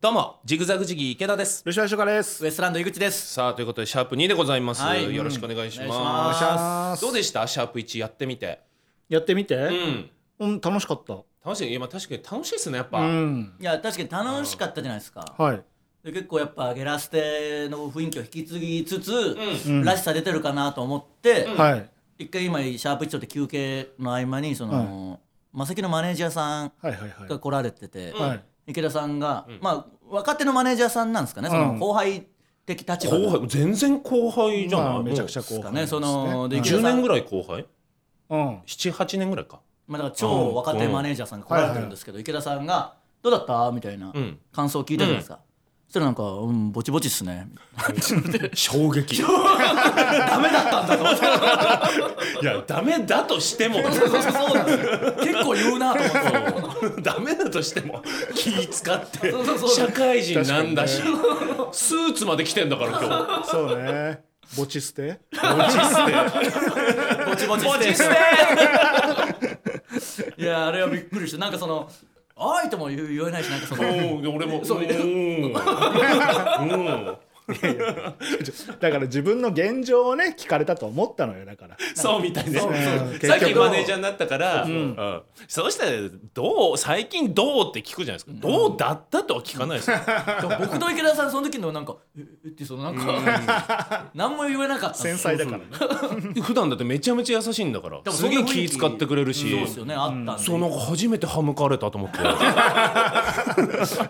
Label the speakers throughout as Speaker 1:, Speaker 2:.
Speaker 1: どうもジグザグジギー池田です
Speaker 2: 吉田翔太です
Speaker 3: ウエストランド井口です。
Speaker 1: さあということでシャープ2でございます、
Speaker 3: はい
Speaker 1: よろしくお願いします,、
Speaker 3: うんお願いしま
Speaker 1: どうでしたシャープ1やってみて
Speaker 2: やってみて、
Speaker 1: うん
Speaker 2: うん、楽しかった
Speaker 1: 楽しいいやまあ確かに楽しいですねやっぱ、
Speaker 2: うん
Speaker 3: いや確かに楽しかったじゃないですか。
Speaker 2: はい
Speaker 3: で結構やっぱゲラステの雰囲気を引き継ぎつつ、
Speaker 2: ん
Speaker 3: らしさ出てるかなと思って、
Speaker 2: はい
Speaker 3: 一回今シャープ一丁で休憩の合間にその、マセキのマネージャーさん
Speaker 2: はいはいはい
Speaker 3: が来られてて、
Speaker 2: はい
Speaker 3: 池田さんが、まあ若手のマネージャーさんなんですかね、その後輩的立
Speaker 1: 後
Speaker 3: 場で
Speaker 1: 輩全然後輩じゃない、
Speaker 2: まあめちゃくちゃ後
Speaker 3: すか
Speaker 2: 輩
Speaker 3: ね。そので池田
Speaker 1: 10
Speaker 3: さん
Speaker 1: 年ぐらい後輩
Speaker 2: うん
Speaker 1: 78年ぐらいか
Speaker 3: まあ、だから超若手マネージャーさんが来られてるんですけど、池田さんが「どうだった?」みたいな
Speaker 1: うん
Speaker 3: 感想を聞いたじゃないですか、そしたらなんか「うんぼちぼちっすね
Speaker 1: 衝撃 ダメだったんだといやダメだとしても」
Speaker 3: そうなんですよ結構言うなと思って
Speaker 1: ダメだとしても気使って
Speaker 3: そうそうそう
Speaker 1: 社会人なんだしスーツまで着てんだから今
Speaker 2: そうね墓地捨て
Speaker 3: ぼちぼち
Speaker 1: 日
Speaker 3: していやあれはびっくりしてなんかその「おい!」とも言う言えないしなんかその
Speaker 1: おう俺 も
Speaker 3: そう
Speaker 1: おーうん
Speaker 2: だから自分の現状をね聞かれたと思ったのよだから
Speaker 1: そうみたいね
Speaker 2: うそう
Speaker 1: さっ
Speaker 2: 結
Speaker 1: き
Speaker 2: 局
Speaker 1: マネージャーになったから、うんそうしたらどう最近どうって聞くじゃないですか、どうだったとは聞かないですよ
Speaker 3: 僕と池田さんその時のなんか「ええっ?」てそのなんか何も言えなかったんで
Speaker 2: 繊
Speaker 3: すよ
Speaker 2: 細だからね
Speaker 1: 普段だってめちゃめちゃ優しいんだから
Speaker 3: も
Speaker 1: す
Speaker 3: そん
Speaker 1: げ
Speaker 3: な
Speaker 1: え
Speaker 3: 雰囲気
Speaker 1: 気使ってくれるし、
Speaker 3: そうですよねあったんで、
Speaker 1: そうなんか初めて歯向かれ たと思って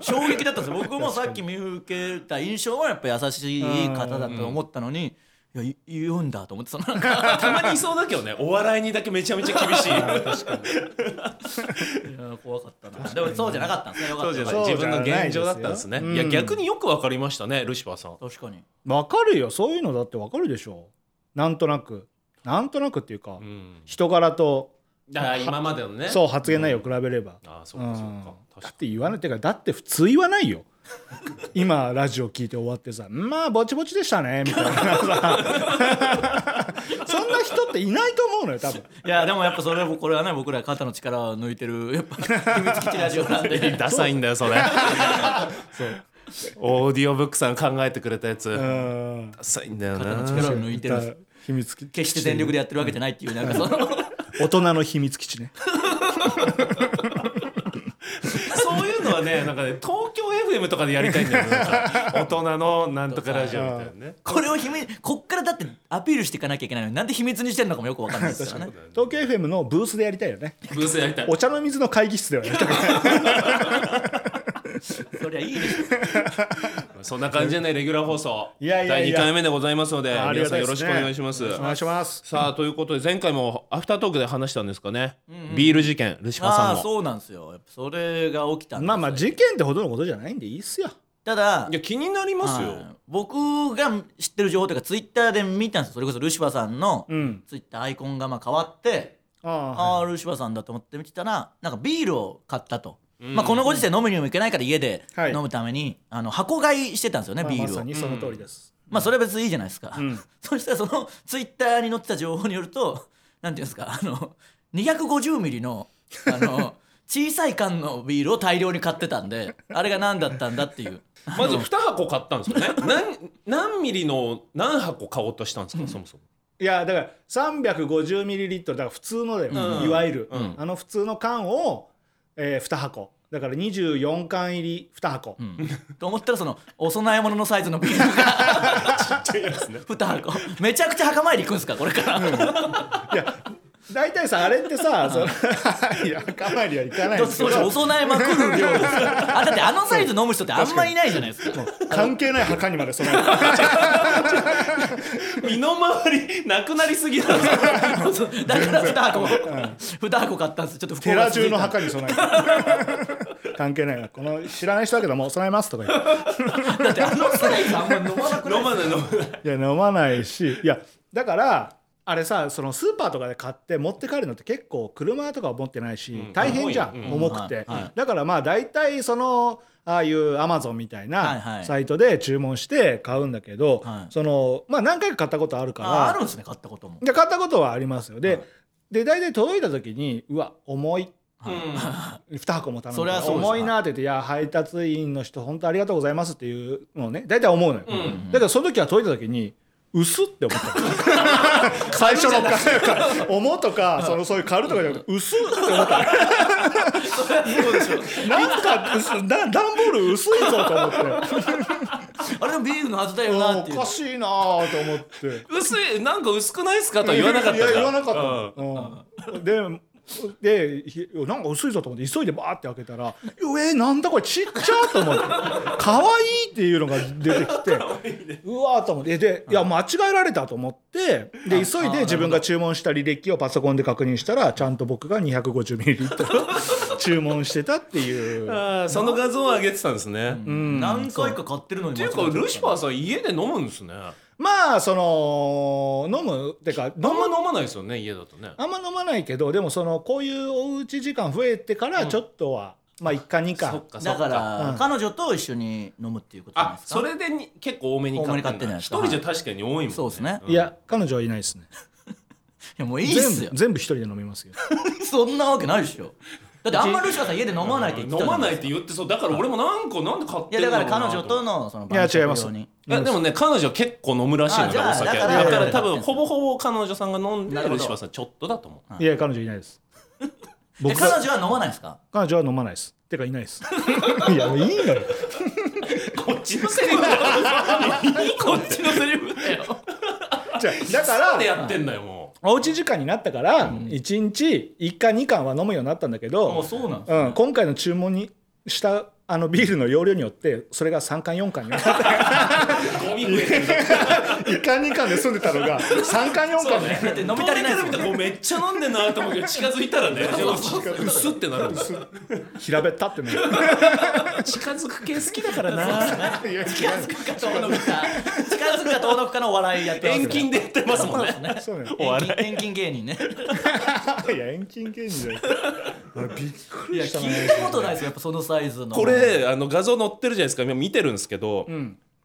Speaker 3: 衝撃だったんですよ僕もさっき見受けた印象はやっぱ優しい方だと思ったのに、いやい言うんだと思ってそのなんか
Speaker 1: たまにいそうだけどねお笑いにだけめちゃめちゃ厳 しい
Speaker 3: いや怖かったなでもそうじゃなかったんですねよか
Speaker 1: そ
Speaker 3: っ
Speaker 1: う
Speaker 3: た
Speaker 1: じゃな
Speaker 3: よ
Speaker 1: い
Speaker 2: そう
Speaker 3: かっ
Speaker 1: 自
Speaker 2: じゃ
Speaker 1: 分
Speaker 2: ない
Speaker 1: の現状だったんですね
Speaker 2: ですよ
Speaker 1: いや
Speaker 2: うん
Speaker 1: 逆によくわかりましたねルシファーさん
Speaker 3: た確かに
Speaker 2: わかるよそういうのだってわかるでしょなんとなくなんとなくっていうか、
Speaker 1: うん
Speaker 2: 人柄と
Speaker 1: だから今までのね
Speaker 2: そう発言内容を比べれば、
Speaker 1: ああそううかそうんか確
Speaker 2: だ
Speaker 1: か
Speaker 2: って言わないってかだって普通言わないよ今ラジオ聞いて終わってさ「まあぼちぼちでしたね」みたいなさそんな人っていないと思うのよ多分
Speaker 3: いやでもやっぱそれもこれはね僕ら肩の力を抜いてる やっぱ秘密基地ラジオなん
Speaker 1: に
Speaker 3: で
Speaker 1: ダサいんだよそれオーディオブックさん考えてくれたやつ
Speaker 2: う
Speaker 1: ダ
Speaker 2: ん
Speaker 1: サいんだよ
Speaker 3: 肩の
Speaker 1: な
Speaker 3: 力を抜いてる
Speaker 2: 秘密基地
Speaker 3: 決して全力でやってるわけじゃないっていうなんかその
Speaker 2: 大人の秘密基地ね
Speaker 1: そういうのはねなんかね東京 FM とかでやりたいんだよねなんか大人のなんとかラジオみたいなね
Speaker 3: これを秘密こっからだってアピールしていかなきゃいけないのになんで秘密にしてるのかもよくわかんないですよね
Speaker 2: 東京 FM のブースでやりたいよね
Speaker 1: ブースやりたい
Speaker 2: お茶の水の会議室ではやりたい
Speaker 3: そりゃいいでしょ
Speaker 1: そんな感じでねレギュラー放送
Speaker 2: いやいやいや
Speaker 1: 第2回目でございますので
Speaker 2: あり
Speaker 1: 皆さん
Speaker 2: がたい
Speaker 1: よ
Speaker 2: で
Speaker 1: ろし
Speaker 2: す
Speaker 1: くお
Speaker 2: ね
Speaker 1: 願いします
Speaker 2: お願いします
Speaker 1: さあということで前回もアフタートークで話したんですかね、ビール事件ルシファーさ
Speaker 3: あ
Speaker 1: ん
Speaker 3: あ
Speaker 1: の
Speaker 3: そうなんですよやっぱそれが起きたんですよ
Speaker 2: まあまあ事件ってほどのことじゃないんでいいっすよ
Speaker 3: ただ
Speaker 1: いや気になりますよ、
Speaker 3: はい僕が知ってる情報というかツイッターで見たんですよそれこそルシファーさんの
Speaker 2: うん
Speaker 3: ツイッターアイコンがまあ変わって、
Speaker 2: あ
Speaker 3: ああルシファーさんだと思って見てたらなんかビールを買ったと、まあ、このご時世飲むにもいけないから家で
Speaker 2: はい
Speaker 3: 飲むために、あの箱買いしてたんですよね
Speaker 2: あ
Speaker 3: ビー
Speaker 2: ま
Speaker 3: ルを、
Speaker 2: さにその通りです
Speaker 3: まあそれは別にいいじゃないですか、
Speaker 2: ん
Speaker 3: そしたらそのツイッターに載ってた情報によるとなんていうんですかあの250ミリのあ の小さい缶のビールを大量に買ってたんであれが何だったんだっていう
Speaker 1: まず2箱買ったんですよね何何ミリの何箱買おうとしたんですかそもそも
Speaker 2: いやだから350ミリリットルだから普通のだよ、
Speaker 1: うん
Speaker 2: いわゆる、
Speaker 1: うん
Speaker 2: あの普通の缶を、えー、2箱だから24缶入り2箱、
Speaker 3: と思ったらそのお供え物のサイズのビールが2箱 めちゃくちゃ墓参り行くんですかこれから
Speaker 2: いや大体さあれってさその いや墓参りは行かないんですけ
Speaker 3: そう
Speaker 2: ど
Speaker 3: そうお供えまくる量ですからあだってあのサイズ飲む人ってあんまいないじゃないですか
Speaker 2: 関係ない墓にまで備える
Speaker 1: 身の回りなくなりすぎなんですよ
Speaker 3: そうだから2箱2箱買ったんですちょっと 不幸が
Speaker 2: 寺中
Speaker 3: 続い
Speaker 2: の
Speaker 3: た
Speaker 2: 墓に備える 関係ないなこの知らない人だけどもう備えますとか言う
Speaker 3: だってあのサイズあんま飲まなくない
Speaker 1: 飲まない飲まない
Speaker 2: いや飲まないしいやだからあれさそのスーパーとかで買って持って帰るのって結構車とかは持ってないし、
Speaker 1: ん
Speaker 2: 大変じゃん、
Speaker 1: 重いようん
Speaker 2: 重くて、
Speaker 3: はいはい
Speaker 2: だからまあ大体そのああいうアマゾンみたい
Speaker 3: はいは
Speaker 2: ないサイトで注文して買うんだけど、
Speaker 3: はい
Speaker 2: そのまあ何回か買ったことあるから
Speaker 3: ああるんですね買ったことも
Speaker 2: で買ったことはありますよで,、
Speaker 3: はい
Speaker 2: で大体届いた時にうわ重い2箱も頼
Speaker 3: そ
Speaker 2: む
Speaker 3: り
Speaker 2: か
Speaker 3: ゃ
Speaker 2: ら
Speaker 3: そうです
Speaker 2: 重いなって言って「いや配達員の人本当ありがとうございます」っていうのをね大体思うのよ、
Speaker 1: ん
Speaker 2: だからその時は解いた時に「薄っ」って思ったの最初の「重」とかそのそういう軽とかじゃなくて「薄っ」って思ったなんか薄な段ボール薄いぞと思って
Speaker 3: あれでもビーフのはずだよな
Speaker 2: あ
Speaker 3: って
Speaker 2: ー
Speaker 3: い
Speaker 2: お
Speaker 3: う
Speaker 2: かしいなーと思って。
Speaker 1: 薄いなんか薄くないですかとは言わなかったん
Speaker 2: いや
Speaker 1: だ
Speaker 2: 言わなかったの、うんででひなんか薄いぞと思って急いでバーって開けたら「うえーなんだこれちっちゃ!」と思って「可愛いっていうのが出てきてうわーと思ってでいや間違えられたと思ってで急いで自分が注文した履歴をパソコンで確認したらちゃんと僕が 250ml 注文してたっていう。
Speaker 1: あーその画像を上げてたんですね、っ
Speaker 2: うん
Speaker 3: 何回か買ってるのに
Speaker 1: ていうか
Speaker 3: 間違えちゃった
Speaker 1: ルシファーさん家で飲むんですねあ
Speaker 2: まあその飲むってか飲
Speaker 1: ん
Speaker 2: む
Speaker 1: ま飲まないですよね家だとね
Speaker 2: あんま飲まないけどでもそのこういうおうち時間増えてからちょっとは、まあ1か2
Speaker 1: そ
Speaker 2: か
Speaker 1: っかそ
Speaker 3: だ
Speaker 1: っ
Speaker 3: か、
Speaker 1: から
Speaker 2: うん
Speaker 3: 彼女と一緒に飲むっていうことな
Speaker 1: あ
Speaker 3: んですか
Speaker 1: それでに結構多めに買って
Speaker 3: 多めに買って
Speaker 1: ん
Speaker 3: んじゃ
Speaker 1: だ一
Speaker 3: ないですか
Speaker 1: 人じゃ確かに多いもんね
Speaker 3: そうですね
Speaker 2: いや彼女はいないですね
Speaker 3: いやもういいっす
Speaker 2: 全
Speaker 3: よ
Speaker 2: 部全部一人で飲みますよ
Speaker 3: そんなわけないでしょだってあんまルシファーさん家で飲まないって言
Speaker 1: 飲
Speaker 3: ってたじゃ
Speaker 1: ま
Speaker 3: な
Speaker 1: ないい
Speaker 3: で
Speaker 1: って
Speaker 3: すか
Speaker 1: 言ってそうだから俺もなんかなんで買っ
Speaker 3: い
Speaker 1: て
Speaker 3: や
Speaker 1: ん
Speaker 3: だ
Speaker 1: だ
Speaker 3: か
Speaker 1: ろ
Speaker 3: ら
Speaker 1: うな
Speaker 3: 彼女とのその
Speaker 2: いや違いま
Speaker 3: 晩酌
Speaker 2: す
Speaker 3: 用に
Speaker 1: いやでもね彼女結構飲むらしいの
Speaker 3: あ
Speaker 1: で
Speaker 3: じゃあ
Speaker 1: お酒
Speaker 3: だ
Speaker 1: だ
Speaker 3: か
Speaker 1: からら
Speaker 2: ええ
Speaker 1: 多分ほぼほぼ彼女さんが飲んで
Speaker 3: なるほど
Speaker 1: ルシファーさんちょっとだと思う
Speaker 2: いや彼女いないです
Speaker 3: え
Speaker 2: 僕
Speaker 3: 彼
Speaker 2: が
Speaker 3: 女は飲まないんですか
Speaker 2: 彼女は飲まないですてかいないです いやもういいのよ
Speaker 1: こっちのセリフだよこっちのセリフだよ
Speaker 2: じゃあだか
Speaker 1: で
Speaker 2: ら
Speaker 1: やってんだよも
Speaker 2: おうち時間になったから1日1か2缶は飲むようになったんだけ
Speaker 3: あ
Speaker 2: ど、
Speaker 3: そうなんです
Speaker 2: うん、今回の注文にしたあのビールの容量によってそれが3缶4缶になった
Speaker 1: うゴミ増えてるだけ
Speaker 2: 1巻2巻で住んでたのが3巻4巻ね
Speaker 3: だって飲み足りないです
Speaker 1: 見
Speaker 3: もん
Speaker 1: たらこうめっちゃ飲んでんなと思うけど近づいたらね薄ってなるんです
Speaker 2: 平べったってね
Speaker 1: 近づく系好きだからな
Speaker 3: 近づくか遠のくか近づくか遠のくかのお笑いやってます
Speaker 1: 遠近でやってますも んね
Speaker 2: そうね
Speaker 1: お
Speaker 3: 遠近
Speaker 1: 笑
Speaker 3: 遠近芸人ね
Speaker 2: いや遠近芸人だよあれびっく
Speaker 3: いや
Speaker 2: りした
Speaker 3: 聞
Speaker 2: ね
Speaker 3: いたことないですよやっぱそのサイズの
Speaker 1: これあの画像載ってるじゃないですか今見てるんですけど、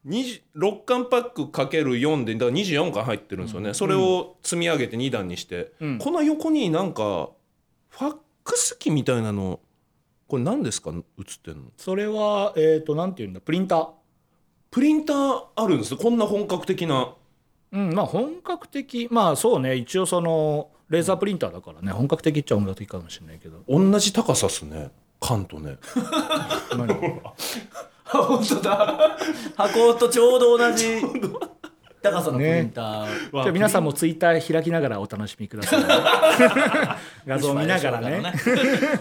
Speaker 1: 6缶パックかける4でだから24缶入ってるんですよね、それを積み上げて2段にして、
Speaker 2: ん
Speaker 1: この横になんかファックス機みたいなのこれ何ですか映ってんの
Speaker 2: それはえっ、となんていうんだプリンター
Speaker 1: プリンターあるんですこんな本格的な
Speaker 2: うんまあ本格的まあそうね一応そのレーザープリンターだからね本格的っちゃ本格的かもしれないけど
Speaker 1: 同じ高さっすね缶とね
Speaker 2: 何
Speaker 3: あ本当だ箱とちょうど同じ高さのプリンター、
Speaker 2: じゃあ皆さんもツイッター開きながらお楽しみください、画像を見ながらね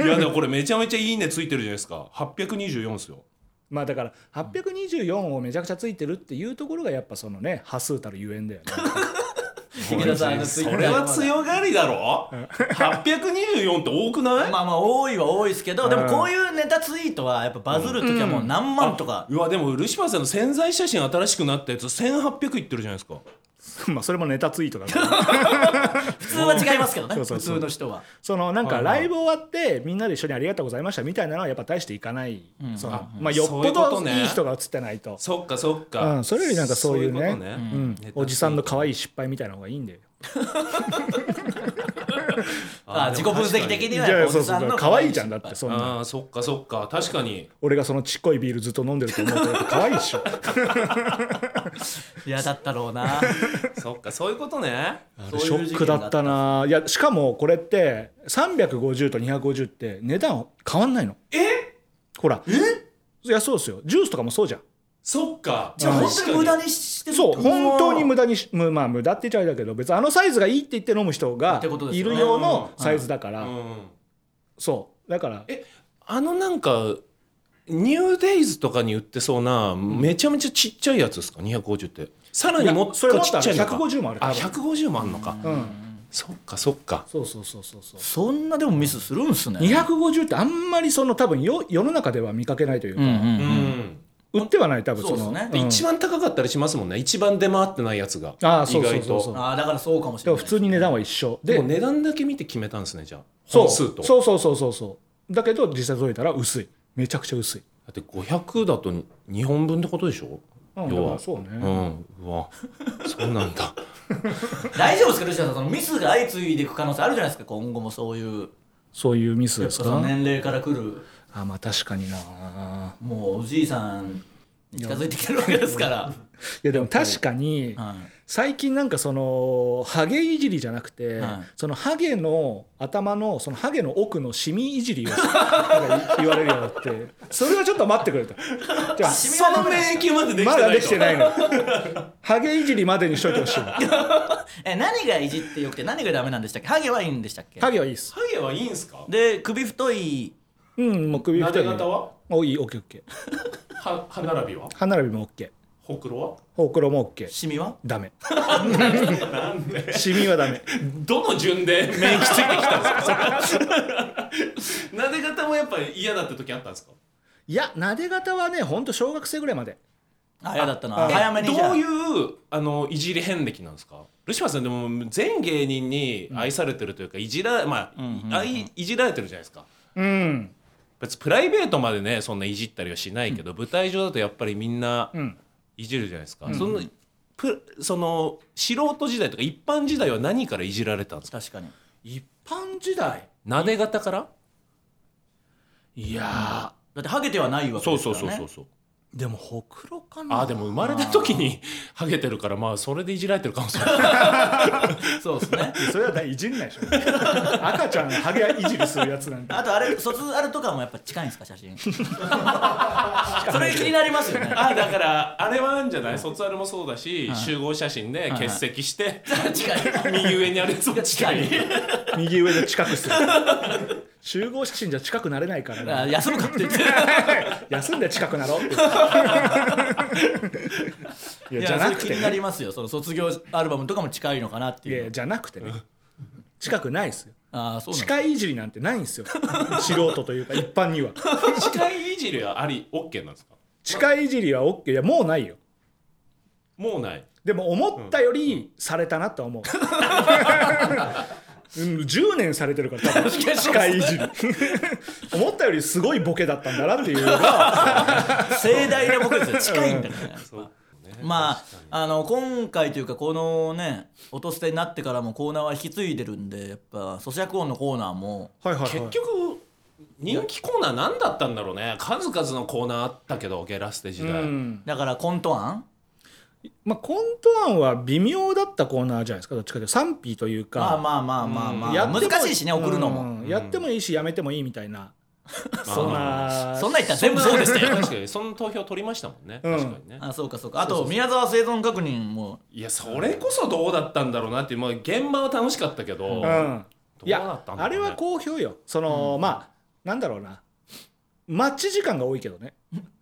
Speaker 1: いやでもこれめちゃめちゃいいねついてるじゃないですか824ですよ
Speaker 2: まあだから824をめちゃくちゃついてるっていうところがやっぱそのね波数たるゆえんだよね
Speaker 3: 池田さんのツイ
Speaker 1: そ
Speaker 3: ッター
Speaker 1: れは強がりだろ824って多くない
Speaker 3: まあまあ多いは多いですけどでもこういうネタツイートはやっぱバズる時はもう何万とか、
Speaker 1: うわでも漆原さんの宣材写真新しくなったやつ1800いってるじゃないですか
Speaker 2: まあそれもネタツイートだから、
Speaker 3: 普通は違いますけどね
Speaker 2: そうそうそう
Speaker 3: 普通の人は
Speaker 2: そのなん
Speaker 1: は
Speaker 2: か
Speaker 1: いはい
Speaker 2: ライブ終わってみんなで一緒にありがとうございましたみたいなのはやっぱ大していかない、そのまあよっ
Speaker 1: そうい
Speaker 2: ぽ
Speaker 1: うこと
Speaker 2: ど
Speaker 1: ね
Speaker 2: いい人が映ってないと
Speaker 1: そっかそっか、
Speaker 2: うんそれよりなんかそういうね
Speaker 1: こと
Speaker 2: うん
Speaker 1: ネタ
Speaker 2: おじさんの可愛い失敗みたいな方がいいんだよ
Speaker 3: あ自己分析的には
Speaker 2: じゃ
Speaker 3: やっ
Speaker 2: あ
Speaker 3: ぱ
Speaker 2: そう
Speaker 3: おじ
Speaker 2: そ
Speaker 3: さ
Speaker 2: うんそ
Speaker 3: の
Speaker 2: う可愛いじゃんだってそんな
Speaker 1: あーそっかそっか確かに
Speaker 2: 俺がそのちっこいビールずっと飲んでると思うとやっぱ可愛いっしょ
Speaker 3: 嫌だったろうな
Speaker 1: そっかそういうことね
Speaker 3: そう
Speaker 2: シ
Speaker 3: い
Speaker 2: ョ
Speaker 3: う事
Speaker 2: ッ
Speaker 3: 件
Speaker 2: ク
Speaker 3: が
Speaker 2: だ
Speaker 3: あ
Speaker 2: ったないやしかもこれって350と250って値段変わんないのえほら
Speaker 1: え
Speaker 2: いやそうですよジュースとかもそうじゃん
Speaker 1: そっか
Speaker 3: じゃあ本当に無駄
Speaker 1: に
Speaker 3: にしてるって
Speaker 2: そ
Speaker 3: こ
Speaker 2: う
Speaker 3: と
Speaker 2: 本当に無駄にしむまあ無駄って言っちゃあれだけど別にあのサイズがいいって言って飲む人
Speaker 3: っ
Speaker 2: が
Speaker 3: てことです
Speaker 2: い
Speaker 3: よね
Speaker 2: る用のサイズだから、
Speaker 1: うん
Speaker 2: そうだから
Speaker 1: えあのなんかニューデイズとかに売ってそうなめちゃめちゃちっちゃいやつですか250ってさらにもっと
Speaker 2: それもっ
Speaker 1: ち
Speaker 2: と
Speaker 1: っ
Speaker 2: あ
Speaker 1: ち
Speaker 2: る
Speaker 1: ゃいのか
Speaker 2: 150もある
Speaker 1: あ150もあんのか
Speaker 2: うん
Speaker 1: そっかそっか
Speaker 2: そうそうそうそうそう
Speaker 3: そんなでもミスするんすね
Speaker 2: 250ってあんまりその多分よ世の中では見かけないというか、
Speaker 3: うんうんうん
Speaker 1: うん
Speaker 2: 売ってはない多分
Speaker 3: そ
Speaker 2: そう
Speaker 3: です
Speaker 2: の
Speaker 3: ね
Speaker 2: ん
Speaker 1: 一番高かったりしますもんね一番出回ってないやつが
Speaker 2: あー
Speaker 1: 意
Speaker 2: そうそ
Speaker 1: 外
Speaker 2: うそうそう
Speaker 1: と
Speaker 3: ああだからそうかもし
Speaker 2: で
Speaker 3: れ
Speaker 2: も
Speaker 3: ない
Speaker 2: 普通に値段は一緒
Speaker 1: で
Speaker 2: で
Speaker 1: も値段だけ見て決めたんですねじゃあ
Speaker 2: そう
Speaker 1: 本数と
Speaker 2: そうそうそうそうそうだけど実際届いたら薄いめちゃくちゃ薄い、
Speaker 1: だって500だと2本分ってことでしょ
Speaker 2: う
Speaker 1: 要
Speaker 2: ん、だから
Speaker 1: は
Speaker 2: そうね、
Speaker 1: うんうわそうなんだ
Speaker 3: 大丈夫ですかルシアさんそのミスが相次いでいく可能性あるじゃないですか今後もそういう
Speaker 2: そういうミス
Speaker 3: や
Speaker 2: で
Speaker 3: っぱ
Speaker 2: す
Speaker 3: その
Speaker 2: か
Speaker 3: 年齢から来る
Speaker 2: あまあ確かにな
Speaker 3: もうおじいさんに近づいてきてるわけですから、
Speaker 2: いやでも確かに
Speaker 3: はい、
Speaker 2: 最近なんかそのハゲいじりじゃなくて、
Speaker 3: はい
Speaker 2: そのハゲの頭のそのハゲの奥のシミいじりをなんか言われるようになって それはちょっと待ってくれとじゃあ
Speaker 3: その免疫までできてない
Speaker 2: ま
Speaker 3: と
Speaker 2: だできてないのハゲいじりまでにしといてほしい
Speaker 3: え何がいじってよくて何がダメなんでしたっけハゲはいいんでしたっけ
Speaker 2: ハゲはいいです
Speaker 1: ハゲはいいんすか
Speaker 3: で首太い
Speaker 2: うんもう首
Speaker 1: な
Speaker 2: 太
Speaker 1: で
Speaker 2: い
Speaker 1: 型は
Speaker 2: おいいオッケーオッケー
Speaker 1: は歯並びは
Speaker 2: 歯並びもオッケー
Speaker 1: ほくろ
Speaker 2: ほくろもオッケー
Speaker 3: シミは
Speaker 2: ダメ
Speaker 1: はなんで
Speaker 2: シミはダメ
Speaker 1: どの順で免疫ついてきたんですか なで方もやっぱ嫌だった時あったんですか
Speaker 2: いや撫で方はねほんと小学生ぐらいまで
Speaker 3: あ嫌だったな
Speaker 2: あ
Speaker 3: 早めにじゃあ
Speaker 1: どういうあのいじり遍歴なんですかルシファーさんでも全芸人に愛されてるというかいじらまあ、愛いじられてるじゃないですか
Speaker 2: うん
Speaker 1: 別にプライベートまでねそんないじったりはしないけど、舞台上だとやっぱりみんな
Speaker 2: うん
Speaker 1: いじるじゃないですか、そのプその素人時代とか一般時代は何からいじられたんですか
Speaker 3: 確かに
Speaker 2: 一般時代
Speaker 1: なで方から
Speaker 2: いや
Speaker 3: だってハゲてはないわけ
Speaker 1: そう
Speaker 3: ですか
Speaker 1: そう
Speaker 3: らね
Speaker 1: そうそうそう
Speaker 2: ーでもほくろかな
Speaker 1: あーでも生まれた時にハゲてるからまあそれでいじられてるかもしれない
Speaker 3: そうですね
Speaker 2: それはないじんないでしょ 赤ちゃんハゲいじりするやつなんて
Speaker 3: あとあれ卒アルとかもやっぱ近いんですか 写真それ気になりますよ ね
Speaker 1: あだからあれはあるんじゃない卒アルもそうだし、集合写真で欠席して、
Speaker 3: 近い
Speaker 1: 右上にあるやつも近い
Speaker 3: 近
Speaker 2: 右上で近くする集合写真じゃ近くなれないから
Speaker 3: あ
Speaker 2: ね
Speaker 3: 休むかって言って
Speaker 2: 休んで近くなろ うってい
Speaker 3: い
Speaker 2: や
Speaker 3: や
Speaker 2: じゃなく
Speaker 3: それ
Speaker 2: て
Speaker 3: 気にな
Speaker 2: ね
Speaker 3: りますよその卒業アルバムとかも近いのかなって
Speaker 2: い
Speaker 3: いう
Speaker 2: やじゃなくてね近くないですよ
Speaker 3: ああそうなんだ
Speaker 2: 近いいじりなんてないんですよ素人というか一般には
Speaker 1: 近いいじりはあり OK なんですか
Speaker 2: 近いいじりは OK いやもうないよ
Speaker 1: もうない
Speaker 2: でも思ったよりされたなとは思う、うん、10年されてるから多分
Speaker 3: かに
Speaker 2: 近いいじり 思ったよりすごいボケだったんだなっていうのが
Speaker 3: 盛大な僕ですよ近いんだから ね
Speaker 1: そうね
Speaker 3: まああの今回というかこのね音捨てになってからもコーナーは引き継いでるんでやっぱ咀嚼音のコーナーも
Speaker 2: はいはい、はい、
Speaker 1: 結局人気コーナー何だったんだろうね数々のコーナーあったけどゲラステ時代、
Speaker 2: うん
Speaker 3: だからコント案
Speaker 2: まあ、コント案は微妙だったコーナーじゃないですかどっちかというと賛否というか、
Speaker 3: まあまあまあまあまあ
Speaker 2: やっても
Speaker 3: 難しいしね送るのも
Speaker 2: うんやってもいいしやめてもいいみたいな、
Speaker 1: まあ
Speaker 2: そんな
Speaker 3: そんなん言ったら全部そうでしたよ
Speaker 1: 確かにその投票取りましたもんね、
Speaker 2: うん
Speaker 1: 確かにね
Speaker 3: あそうかそうかあと宮沢生存確認も
Speaker 1: いやそれこそどうだったんだろうなっていう、まあ、現場は楽しかったけど、
Speaker 2: う
Speaker 1: どうだ
Speaker 2: んい
Speaker 1: っ
Speaker 2: や
Speaker 1: たんだろう、ね、
Speaker 2: あれは好評よその、まあなんだろうな待ち時間が多いけどね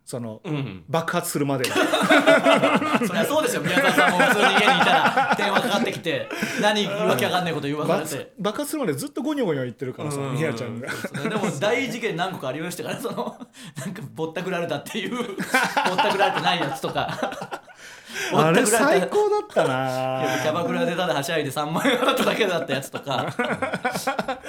Speaker 2: その、
Speaker 1: う、ん、
Speaker 2: 爆発するまでが
Speaker 3: そりゃそうですよ宮沢さんも普通に家にいたら電話かかってき て何わけわかんないこと言わされ
Speaker 2: 爆
Speaker 3: て
Speaker 2: 爆発するまでずっとゴニョゴニョ言ってるからさ
Speaker 1: うん
Speaker 2: みやちゃんが
Speaker 3: でも大事件何個かありました からそのなんかぼったくられたっていうぼったくられてないやつとか ぼ
Speaker 2: あ
Speaker 3: っ
Speaker 2: れ
Speaker 3: たくられ
Speaker 2: 最
Speaker 3: た
Speaker 2: 高だった
Speaker 3: いやキ ャ
Speaker 2: な
Speaker 3: バクラでただはしゃいで3万円払っただけだったやつと かあ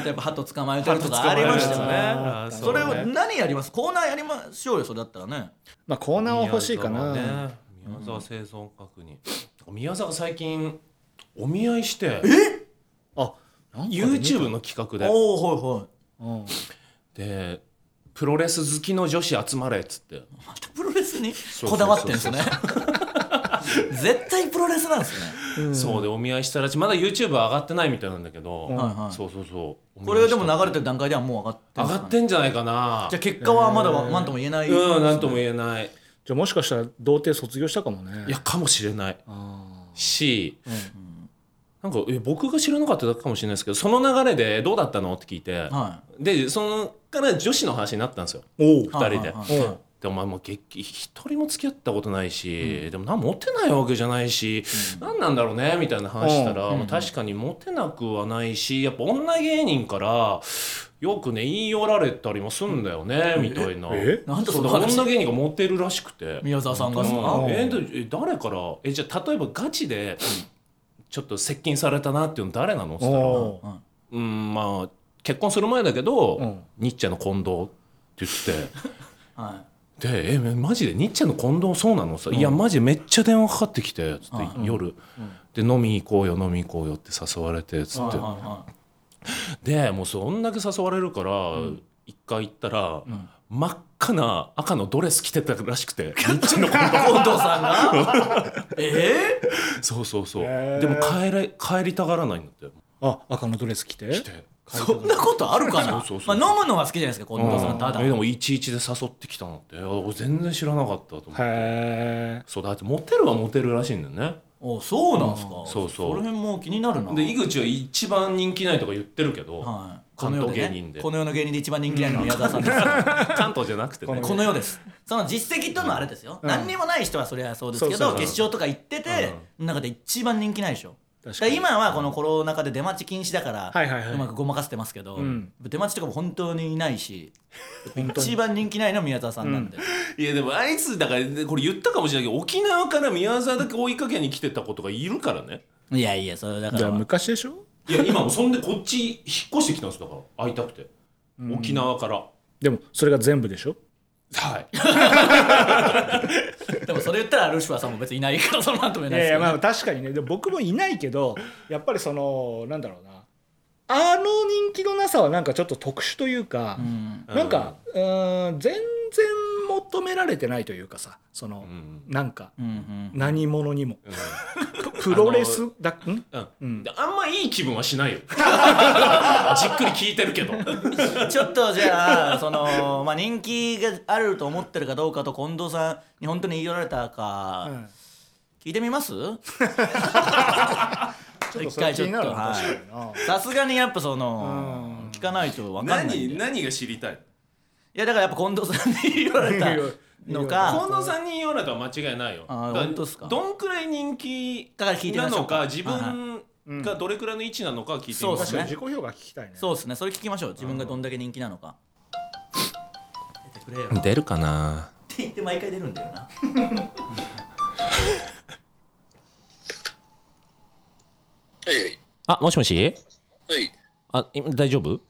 Speaker 3: とやっぱ鳩捕まえてるとかありましたよね
Speaker 1: あ
Speaker 2: そ
Speaker 3: それ
Speaker 1: れ
Speaker 3: を
Speaker 1: を
Speaker 3: 何やりますコーナーやりましょうよそれだったらね
Speaker 2: まあコーナーは欲しいかな、
Speaker 1: 宮沢,、ね、宮沢生存確認、宮沢最近お見合いして
Speaker 2: あなんかね
Speaker 1: YouTube の企画で
Speaker 3: おおはいはい
Speaker 2: うん
Speaker 1: でプロレス好きの女子集まれっつって
Speaker 3: またプロレスに
Speaker 1: うそうそう
Speaker 3: こだわってんですね 絶対プロレスなんですね
Speaker 1: そうでお見合いしたらしいまだ YouTube は上がってないみたいなんだけど、
Speaker 3: はいはい
Speaker 1: そうそうそう
Speaker 3: これがでも
Speaker 1: な
Speaker 3: 流れてる段階ではもう上がって
Speaker 1: 上
Speaker 3: るんです
Speaker 1: が
Speaker 3: か
Speaker 1: っ
Speaker 3: ね
Speaker 1: てんじゃないかな
Speaker 3: じゃあ結果はまだ何とも言えない、
Speaker 1: うんなんとも言えない
Speaker 2: じゃあもしかしたら童貞卒業したかもね
Speaker 1: いやかもしれない
Speaker 2: あ
Speaker 1: し、
Speaker 2: ん
Speaker 1: なんかえ僕が知らなかっただけかもしれないですけどその流れで「どうだったの?」って聞いて、
Speaker 3: は
Speaker 1: でそのから女子の話になったんですよ
Speaker 2: ーおう
Speaker 3: はい
Speaker 1: 二人で
Speaker 3: はいはいはい
Speaker 2: お
Speaker 1: でもまあもう結局一人も付き合ったことないし、でもなモテないわけじゃないし、何なんだろうねみたいな話したら、
Speaker 3: うん
Speaker 1: まあ、確かにモテなくはないしやっぱ女芸人からよくね言い寄られたりもすんだよね、みたいな。
Speaker 2: え
Speaker 3: なんと
Speaker 1: そ
Speaker 3: そうの
Speaker 1: だ
Speaker 3: 話
Speaker 1: 女芸人がモテるらしくて。
Speaker 3: 宮沢さん
Speaker 1: う
Speaker 3: が
Speaker 1: ん
Speaker 3: ですか、
Speaker 2: うん
Speaker 1: えでえ誰からえじゃあ例えばガチでちょっと接近されたなっていうの誰なのって言ったら
Speaker 2: おう
Speaker 1: うんまあ結婚する前だけど、
Speaker 2: うん
Speaker 1: ニッチェの近藤って言って。
Speaker 3: は
Speaker 1: で「えマジでニッチェの近藤そうなの?」さ「いやマジめっちゃ電話かかってきて」つって夜、で「飲み行こうよ飲み行こうよ」って誘われてつっ
Speaker 3: いはい
Speaker 1: て
Speaker 3: は
Speaker 1: でもうそんだけ誘われるから、一回行ったら、
Speaker 3: ん
Speaker 1: 真っ赤な赤のドレス着てたらしくて道のこと
Speaker 3: 近藤さんがええ
Speaker 1: そうそうそう、
Speaker 2: へ
Speaker 1: で
Speaker 2: ー
Speaker 1: も帰れ帰りたがらないんだって
Speaker 2: あ赤のドレス着て
Speaker 1: 来て
Speaker 3: そんなことあるか
Speaker 1: そ
Speaker 3: な
Speaker 1: うそうそ
Speaker 3: まあ
Speaker 1: う
Speaker 3: 飲むのは好きじゃないですか近藤さんただ
Speaker 1: うんえでも11で誘ってきたのっていや俺全然知らなかったと思って
Speaker 2: へ
Speaker 1: そうだってモテるはモテるらしいんだよね
Speaker 3: おそうなんですか
Speaker 1: そうそう
Speaker 3: この辺もう気になるな
Speaker 1: で井口は一番人気ないとか言ってるけど、
Speaker 3: はい、こ
Speaker 1: 関
Speaker 3: の世
Speaker 1: 東
Speaker 3: でね
Speaker 1: 芸人で
Speaker 3: この世の芸人で一番人気ないのは宮沢さんです
Speaker 1: 関東じゃなくてね
Speaker 2: こ
Speaker 3: この世ですその実績とのあれですよ、
Speaker 2: うん
Speaker 3: 何にもない人はそりゃそうですけ
Speaker 1: そ
Speaker 3: ど
Speaker 1: うそうそう
Speaker 3: 決勝とか行ってて、中で一番人気ないでしょ
Speaker 2: 確か
Speaker 3: だか
Speaker 2: に
Speaker 3: ら今はこのコロナ禍で出待ち禁止だから、
Speaker 2: はいはいはいう
Speaker 3: まくごまかせてますけど、
Speaker 2: うん
Speaker 3: 出待ちとかも本当にいないし一番人気ないのは宮沢さんなんで、
Speaker 1: いやでもあいつだからこれ言ったかもしれないけど沖縄から宮沢だけ追いかけに来てたことがいるからね
Speaker 3: いやいやそれだか
Speaker 2: えじゃあ
Speaker 3: ら
Speaker 2: 昔でしょ
Speaker 1: いや今もそんでこっち引っ越してきたんですだから会いたくて、沖縄から
Speaker 2: でもそれが全部でしょ
Speaker 1: はい
Speaker 3: でもそれ言ったらルシファーさんも別にいないからそのなんとも言え
Speaker 2: い
Speaker 3: ないで
Speaker 2: やい
Speaker 3: すけ
Speaker 2: やまあ確か
Speaker 3: ど、ね
Speaker 2: にねでも僕もいないけどやっぱりそのなんだろうなあの人気のなさはなんかちょっと特殊というか、
Speaker 3: うん
Speaker 2: なんか、うーん、全然求められてないというかさその、
Speaker 1: うん
Speaker 2: なんか
Speaker 3: うんうん
Speaker 2: 何者に も、
Speaker 1: うん
Speaker 2: プロレスだん
Speaker 1: うん
Speaker 2: うん
Speaker 1: であんまいい気分はしないよ じっくり聞いてるけど
Speaker 3: ちょっとじゃあその、まあ、人気があると思ってるかどうかと近藤さんに本当に言い寄られたか、
Speaker 2: うん
Speaker 3: 聞いてみます
Speaker 2: ちょっと
Speaker 3: 一
Speaker 2: それ
Speaker 3: 回
Speaker 2: 気
Speaker 3: ちょっ
Speaker 2: に
Speaker 3: と
Speaker 2: なるな
Speaker 3: はい
Speaker 2: 確かにな
Speaker 3: さすがにやっぱその
Speaker 2: うん
Speaker 3: 聞かないと分かんないんで
Speaker 1: 何何が知りたい
Speaker 3: いやだからやっぱ近藤さんに言われた の
Speaker 1: 近
Speaker 3: か
Speaker 1: 藤さんに言われたら間違いないよ
Speaker 3: あ
Speaker 1: だ
Speaker 3: ー
Speaker 1: から
Speaker 3: 本当っすか
Speaker 1: どんくらい人気
Speaker 3: だから聞いて
Speaker 1: な
Speaker 3: みましょ
Speaker 1: の
Speaker 3: うか
Speaker 1: か自分がどれくらいの位置なのか聞いてみ
Speaker 3: そ
Speaker 1: ま
Speaker 3: うで
Speaker 2: 確
Speaker 1: す
Speaker 3: す
Speaker 2: かに
Speaker 3: ね
Speaker 2: 自己評価聞きたいね
Speaker 3: そうですねそれ聞きましょう自分がどんだけ人気なのか出てくれよって
Speaker 1: 出るかな
Speaker 3: 言って毎回出るんだよな
Speaker 4: はいはい
Speaker 1: あもしもし
Speaker 4: はい
Speaker 1: あ今大丈夫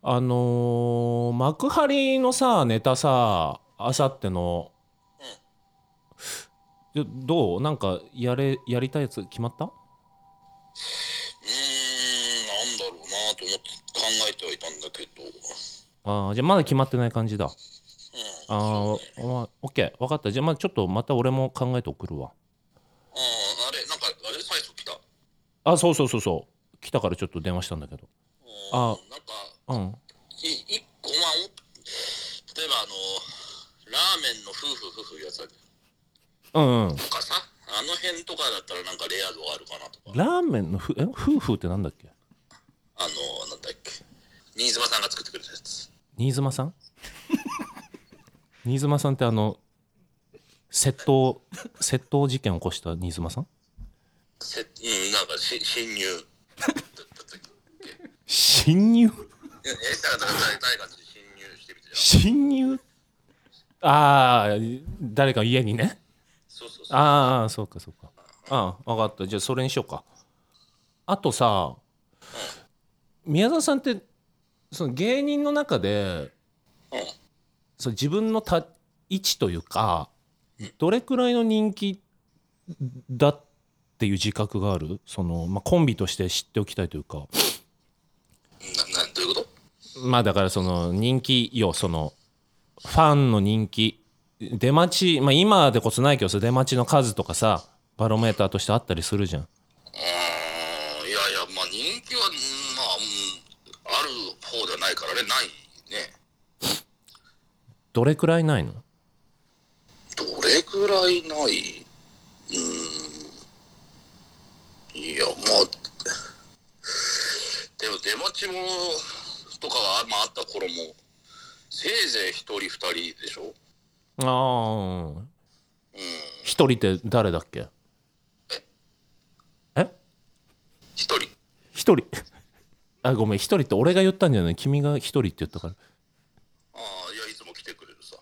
Speaker 1: あのー幕張のさネタさあさってのえどうなんかやれやりたいやつ決まった
Speaker 4: うーんなんだろうなと思って考えてはいたんだけど
Speaker 1: あーじゃあまだ決まってない感じだあー、まあ、オッケー分かったじゃあまあちょっとまた俺も考えて送るわ
Speaker 4: あああれなんかあれ最初来た
Speaker 1: あそうそうそうそう来たからちょっと電話したんだけどあ
Speaker 4: うんなんか
Speaker 1: うん
Speaker 4: い一個まあお例えばあのラーメンの夫婦夫婦いうやつだ
Speaker 1: うんうん
Speaker 4: とかさあの辺とかだったらなんかレア度があるかなとか
Speaker 1: ラーメンのふえ夫婦ってなんだっけ
Speaker 4: あのなんだっけ新妻さんが作ってくれたやつ
Speaker 1: 新妻さん新妻さんってあの窃盗窃盗事件を起こした新妻さん
Speaker 4: せうんなんかし侵入 だったっけ
Speaker 1: 侵入
Speaker 4: えだから誰誰かに侵入してみてじゃん
Speaker 1: 侵入ああ誰か家にね
Speaker 4: そうそうそう
Speaker 1: ああそうかそうかああ分かったじゃあそれにしようかあとさ宮沢さんってその芸人の中で
Speaker 4: うん
Speaker 1: その自分のた位置というかどれくらいの人気だっていう自覚があるその、まあ、コンビとして知っておきたいというか
Speaker 4: ななどういうこと
Speaker 1: まあだからその人気よそのファンの人気出待ち、まあ、今でこそないけどさ出待ちの数とかさバロメーターとしてあったりするじゃん。
Speaker 4: あーいやいや、まあ人気は、うんまあ、うんある方ではないからね、ないね。
Speaker 1: どれくらいないの
Speaker 4: どれぐらいないうん。いや、まあ、でも出待ちも、とかは、まああった頃も、せいぜい一人二人でしょ
Speaker 1: ああうん一人って誰だっけえ
Speaker 4: 一人。
Speaker 1: 一人あごめん一人って俺が言ったんじゃない君が一人って言ったから
Speaker 4: ああ、いや、いつも来てくれるさ。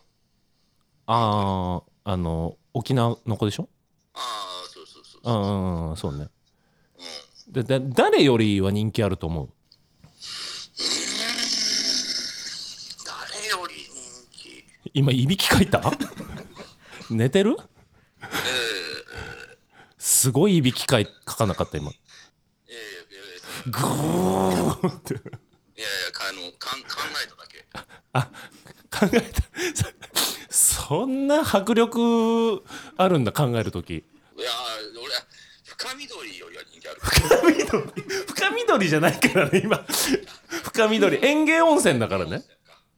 Speaker 1: あああの沖縄の子でしょ
Speaker 4: ああ、そうそうそ
Speaker 1: う
Speaker 4: うそう。
Speaker 1: んうんうんそうねでだ誰よりは人気あると思う
Speaker 4: 誰より人気。
Speaker 1: 今いびきかいた寝てるすごいいびきかいかかなかった今
Speaker 4: ええええええ
Speaker 1: グーって
Speaker 4: いやいや、かあの、かん考えただけ。
Speaker 1: 考えたそそんな迫力あるんだ考える時
Speaker 4: いやー、俺、深緑よりは人気ある。
Speaker 1: 深緑じゃないからね今深緑園芸温泉だからね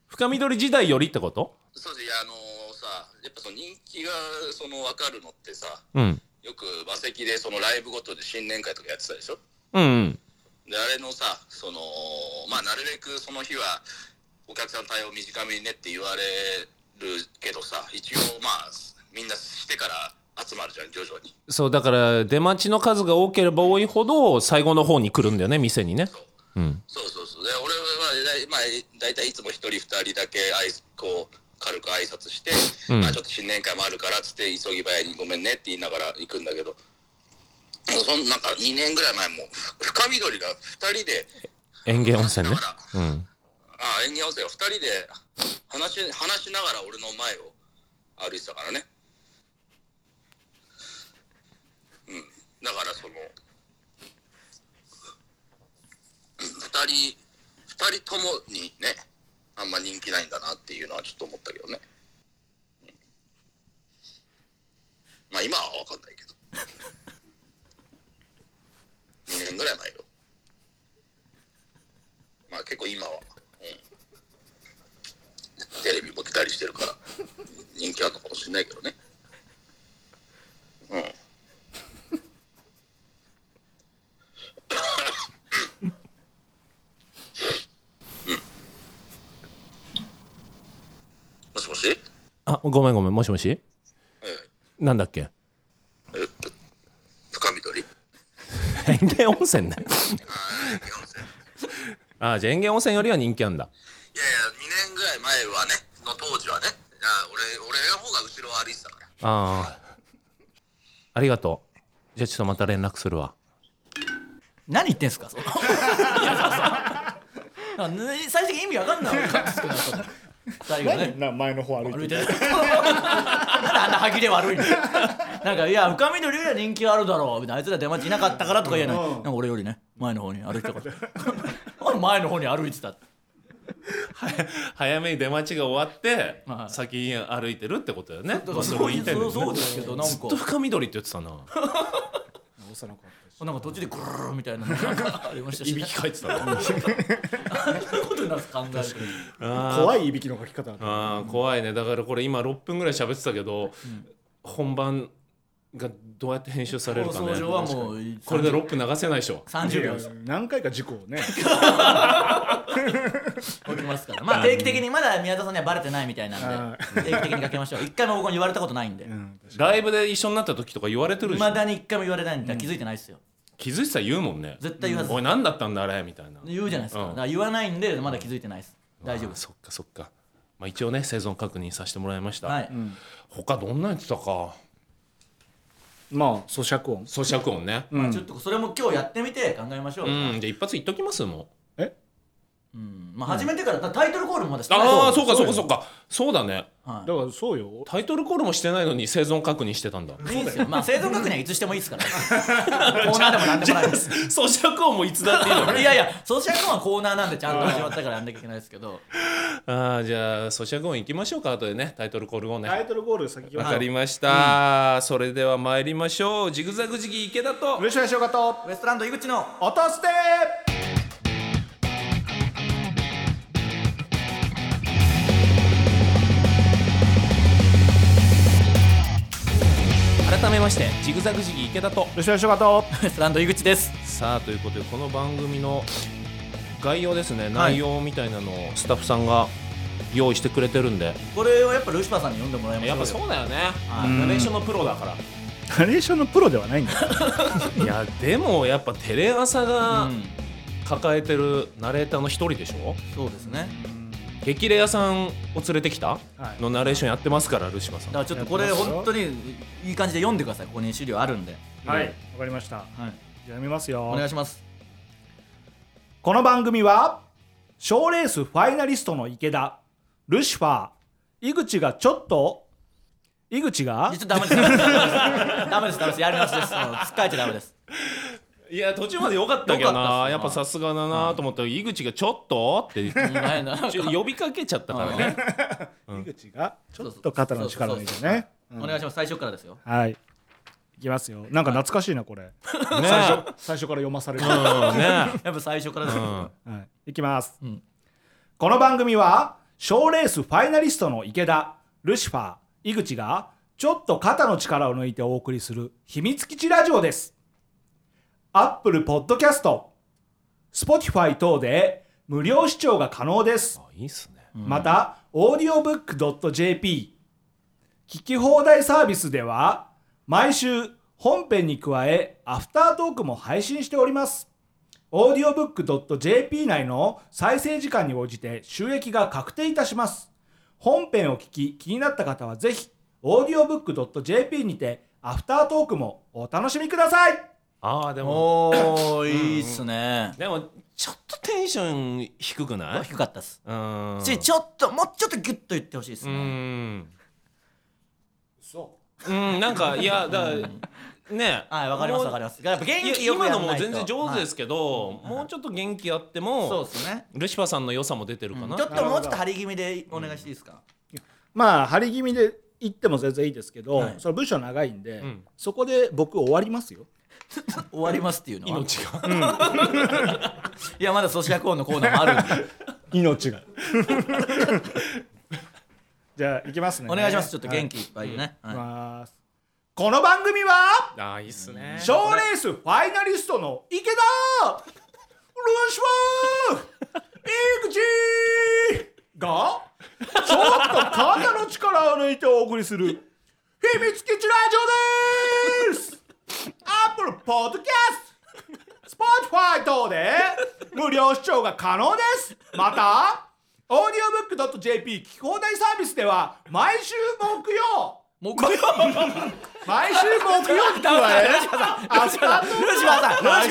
Speaker 1: 深緑時代よりってこと
Speaker 4: そうですいや、あのーさ、やっぱその人気が、その、わかるのってさ、
Speaker 1: うん
Speaker 4: よく馬席でそのライブごとで新年会とかやってたでしょ
Speaker 1: うんうん
Speaker 4: であれのさそのまあなるべくその日はお客さん対応短めにねって言われるけどさ一応まあみんなしてから集まるじゃん徐々に
Speaker 1: そうだから出待ちの数が多ければ多いほど最後の方に来るんだよね店にねうん
Speaker 4: そうそうそうで俺はだい、まあ、大体いつも一人二人だけあいこう軽く挨拶して、
Speaker 1: うん
Speaker 4: まあ、ちょっと新年会もあるからっつって急ぎ早にごめんねって言いながら行くんだけどそんなんか2年ぐらい前も深緑が2人で
Speaker 1: 園芸温泉ねうん
Speaker 4: ああ、演技温泉は2人で話し話しながら俺の前を歩いてたからね。うん、だからその、2人、二人ともにね、あんま人気ないんだなっていうのはちょっと思ったけどね。うんまあ今は分かんないけど。2年ぐらい前よ。まあ結構今は、うん、テレビも出たりしてるから人気あるのかもしれないけどねうんうんもしもし
Speaker 1: あごめんごめんもしもし
Speaker 4: え
Speaker 1: なんだっけ
Speaker 4: ええっと深緑
Speaker 1: 園芸温泉ね
Speaker 4: ああいやいや
Speaker 1: あじゃあ園芸温泉よりは人気あんだ
Speaker 4: 2年ぐらい前はねの当時はねいや俺俺の方が後ろを歩いてたから
Speaker 1: ああありがとうじゃあちょっとまた連絡するわ
Speaker 3: 何言ってんすかその いやそうそうね最終的に意味わかんない俺かっつくな ったの最後ね
Speaker 2: 何な前の方歩いてる
Speaker 3: 歩いてなんであんな歯切れ悪いんだよなんかいや深緑よりは人気あるだろうみたいなあいつら出待ちいなかったからとか言えない、
Speaker 2: うん
Speaker 3: なんか俺よりね前の方に歩いてたからあの前の方に歩いてたって
Speaker 1: 早めに出待ちが終わって、
Speaker 3: はい
Speaker 1: 先に歩いてるってことだよね
Speaker 3: だからそういうそうそうですけどなん
Speaker 1: ずっ
Speaker 3: か
Speaker 1: と深緑って言ってたな
Speaker 2: 直さなかった
Speaker 3: なんか途中でグルルルみたいなのなんかありました
Speaker 1: い
Speaker 3: し、
Speaker 1: び
Speaker 3: ね
Speaker 1: き、かいてたな
Speaker 3: そういうことになるんです考えると
Speaker 2: 怖いいびきの書き方だった
Speaker 1: あー怖いねだからこれ今6分ぐらい喋ってたけど、本番がどうやって編集されるかね
Speaker 3: 放送上はもう
Speaker 1: これで6分流せないでしょ
Speaker 3: 30秒です
Speaker 2: 何回か事故を ね
Speaker 3: 起きますからまあ定期的にまだ宮田さんにはバレてないみたいなん
Speaker 2: は
Speaker 3: で定期的にかけましょう一回も僕に言われたことないんで
Speaker 2: うん
Speaker 1: ライブで一緒になった時とか言われてる
Speaker 3: 未
Speaker 1: でしょ
Speaker 3: だに一回も言われないんで気づいてないですよ
Speaker 1: 気づいてたら言うもんね
Speaker 3: 絶対言わず
Speaker 1: おい何だったんだあれみたいな
Speaker 3: 言うじゃないですか
Speaker 1: うん
Speaker 3: だから言わないんでまだ気づいてないです大丈夫
Speaker 1: あー
Speaker 3: です
Speaker 1: そっかそっか、まあ、一応ね生存確認させてもらいました、
Speaker 3: はい
Speaker 1: 他どんなやつだか
Speaker 2: まあ咀嚼音
Speaker 1: 咀嚼音ね
Speaker 2: うん
Speaker 3: ちょっとそれも今日やってみて考えましょう
Speaker 1: うんじゃあ一発いっときますもん
Speaker 2: え
Speaker 3: うんまあ始めてからだタイトルコールもまだしてない
Speaker 1: ああそうかそ
Speaker 2: そ
Speaker 1: ううかそうかそうだね
Speaker 3: はい
Speaker 2: だからそうよ
Speaker 1: タイトルコールもしてないのに生存確認してたん だ
Speaker 3: いいですよまあ生存確認はいつしてもいい ですからコーナーでも何でもないです
Speaker 1: 咀嚼音もいつだっていいの
Speaker 3: いやいや咀嚼音はコーナーなんでちゃんと始まったからやんなきゃいけないですけど
Speaker 1: ああじゃあ咀嚼音いきましょうか後でねタイトルコールをね
Speaker 2: タイトルゴール先行き
Speaker 1: わ
Speaker 2: まし
Speaker 1: か
Speaker 2: ょう
Speaker 1: りました、それでは参りましょうジグザグジギー池田と
Speaker 2: 嬉しいでしょうかと
Speaker 3: ウエストランド井口の
Speaker 2: 落として
Speaker 1: 改めましてジグザグジギー池田と
Speaker 2: 嬉しいでしょうかと
Speaker 3: ウエストランド井口です
Speaker 1: さあということでこの番組の概要ですね
Speaker 3: はい
Speaker 1: 内容みたいなのをスタッフさんが用意してくれてるんで、
Speaker 3: これをやっぱルシファーさんに読んでもらいましょう
Speaker 1: やっぱそ
Speaker 3: よ
Speaker 1: うだよね
Speaker 3: はい
Speaker 1: ナレーションのプロだから
Speaker 2: ナレーションのプロではないんだよ
Speaker 1: いやでもやっぱテレ朝が
Speaker 3: うん
Speaker 1: 抱えてるナレーターの一人でしょ
Speaker 3: そうですね
Speaker 1: 激レアさんを連れてきた
Speaker 2: はい
Speaker 1: のナレーションやってますからルシファーさ
Speaker 3: だ
Speaker 1: ん
Speaker 3: からちょっとこれ
Speaker 2: やってますよ
Speaker 3: 本当にいい感じで読んでくださいここに資料あるんで
Speaker 2: はいわかりました
Speaker 3: はい
Speaker 2: じゃあ見ますよ
Speaker 3: お願いします
Speaker 2: この番組は賞ーレースファイナリストの池田ルシファー井口がちょっと井口が
Speaker 3: ちょっとダメですダメですダメですやり直しですもうつっかえちゃダメです
Speaker 1: いや途中まで良かったけど
Speaker 3: 良かったっす
Speaker 1: な
Speaker 3: よ
Speaker 1: やっぱさすがだなと思ったら井口が「ちょっと?」って
Speaker 3: ないななんか
Speaker 1: ちょ呼びかけちゃったからね
Speaker 2: 井口がちょっと肩の力抜いてね
Speaker 3: お願いします最初からですよ
Speaker 2: はいいきますよなんか懐かしいなこれ
Speaker 1: ね
Speaker 2: 最初最初から読まされる
Speaker 1: うんね
Speaker 3: やっぱ最初からです
Speaker 1: うん
Speaker 2: はい、いきます、
Speaker 3: ん
Speaker 2: この番組は賞レースファイナリストの池田ルシファー井口がちょっと肩の力を抜いてお送りする秘密基地ラジオですアップルポッドキャスト Spotify 等で無料視聴が可能です、
Speaker 1: あいいっすね
Speaker 2: また audiobook.jp 聞き放題サービスでは毎週本編に加えアフタートークも配信しております audiobook.jp 内の再生時間に応じて収益が確定いたします本編を聞き気になった方はぜひ audiobook.jp にてアフタートークもお楽しみください
Speaker 1: ああでも
Speaker 3: おーいいっすね
Speaker 1: でもちょっとテンション低くない
Speaker 3: 低かったっす
Speaker 1: うん
Speaker 3: しちょっともうちょっとギュッと言ってほしいっす
Speaker 1: う
Speaker 3: ね
Speaker 1: ん
Speaker 2: そ
Speaker 1: うんなんかいやだから ね
Speaker 3: はいわかりますわかり
Speaker 1: ま
Speaker 3: ますやっぱ元気よく
Speaker 1: 今
Speaker 3: や
Speaker 1: の
Speaker 3: ん
Speaker 1: も
Speaker 3: ないと
Speaker 1: 全然上手ですけどもうちょっと元気あって
Speaker 3: はいそう
Speaker 1: も
Speaker 3: っすね
Speaker 1: ルシファーさんの良さも出てるかな
Speaker 3: ちょっともうちょっと張り気味でお願いしていいですか
Speaker 2: まあ張り気味で言っても全然いいですけど、
Speaker 3: はい
Speaker 2: その文章長いんで、
Speaker 1: ん
Speaker 2: そこで僕終わりますよ
Speaker 3: 終わりますっていうのは
Speaker 1: 命が
Speaker 3: いやまだ咀嚼音のコーナーもあるん で
Speaker 2: 命が じゃあ行きますね
Speaker 3: お願いします。ちょっと元気いっぱいでね。
Speaker 2: はい
Speaker 3: はい
Speaker 2: ますこの番組は
Speaker 1: ああいいっすね
Speaker 2: 賞レースファイナリストの池田ルシファー井口がちょっと肩の力を抜いてお送りする秘密基地ラジオですアップルポッドキャスト Spotify 等で無料視聴が可能ですまた audiobook.jp 聞き放題サービスでは毎週木曜
Speaker 3: もうこれは
Speaker 2: 毎週木曜に加えアフタートーク
Speaker 3: ルシファーさん、ルシファーさん、
Speaker 2: お
Speaker 3: ル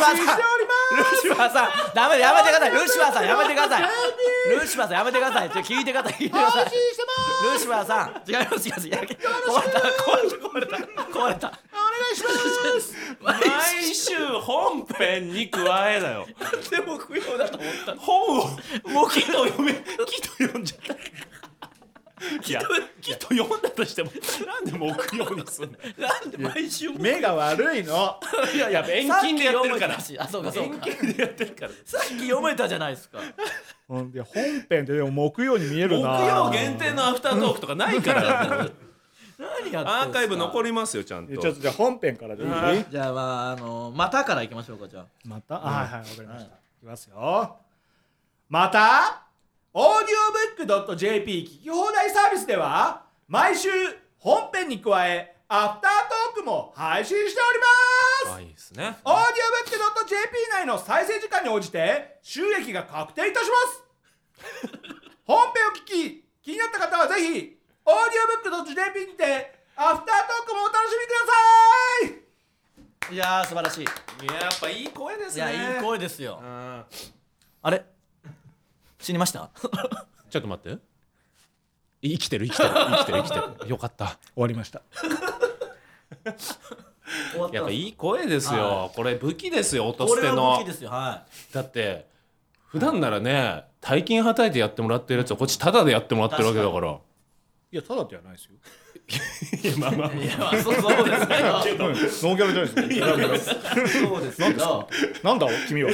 Speaker 3: シファーさん、ダメだやめてください。ルシファーさんやめてください。ルシファーさんやめてください。ちょ聞いてください。聞いてください。ル
Speaker 2: してま
Speaker 3: シファーさん、違います違います。いや壊れた壊れた壊れた壊れた。
Speaker 1: 毎週本編に加えだ よ
Speaker 3: でも不要だと思った。
Speaker 1: 本を
Speaker 3: もうきっと読め。
Speaker 1: きっと読んじゃったいやきっと読んだとしてもなんで木曜にすんの
Speaker 3: なんで毎週
Speaker 2: す目が悪いの
Speaker 3: いやいや
Speaker 1: 遠近でやってるから
Speaker 3: あそうかそうか。
Speaker 1: でやってるから
Speaker 3: さっき読めたじゃないですか。
Speaker 2: ほんで本編ででも木曜に見え
Speaker 1: 木
Speaker 2: るな
Speaker 1: 曜限定のアフタートークとかない から
Speaker 3: 何やってんすか
Speaker 1: アーカイブ残りますよちゃん
Speaker 2: いや
Speaker 1: と
Speaker 2: ちょっとじゃあ本編からでいい
Speaker 3: じゃあまああのまたから行きましょうかじゃあ。
Speaker 2: また、あはいはいわかりました、い、きますよまた audiobook.jp 聞き放題サービスでは毎週本編に加えアフタートークも配信しております
Speaker 1: あいいですね
Speaker 2: オーディオブック .jp 内の再生時間に応じて収益が確定いたします本編を聞き気になった方はぜひオーディオブック .jp にてアフタートークもお楽しみください
Speaker 3: いやー素晴らしい。
Speaker 1: いややっぱいい声です
Speaker 3: い
Speaker 1: ね
Speaker 3: やいい声ですよ。
Speaker 1: うん
Speaker 3: あれ死にました
Speaker 1: ちょっと待って生きてる生きてる生きてる生きてるよかった
Speaker 2: 終わりました
Speaker 1: やっぱいい声です
Speaker 3: は
Speaker 1: よこれ武器ですよ音
Speaker 3: こ
Speaker 1: 捨
Speaker 3: れ
Speaker 1: て
Speaker 3: は
Speaker 1: の
Speaker 3: 大きいですよは
Speaker 1: だって普段ならね大金はたいてやってもらってるやつはこっちタダでやってもらってるわけだから
Speaker 2: いやただではないですよ
Speaker 1: いやまあまあ
Speaker 3: いいやまあそうそうで すけど
Speaker 2: ノーギャルじゃないですよ
Speaker 3: そうですけど
Speaker 2: なんだ君は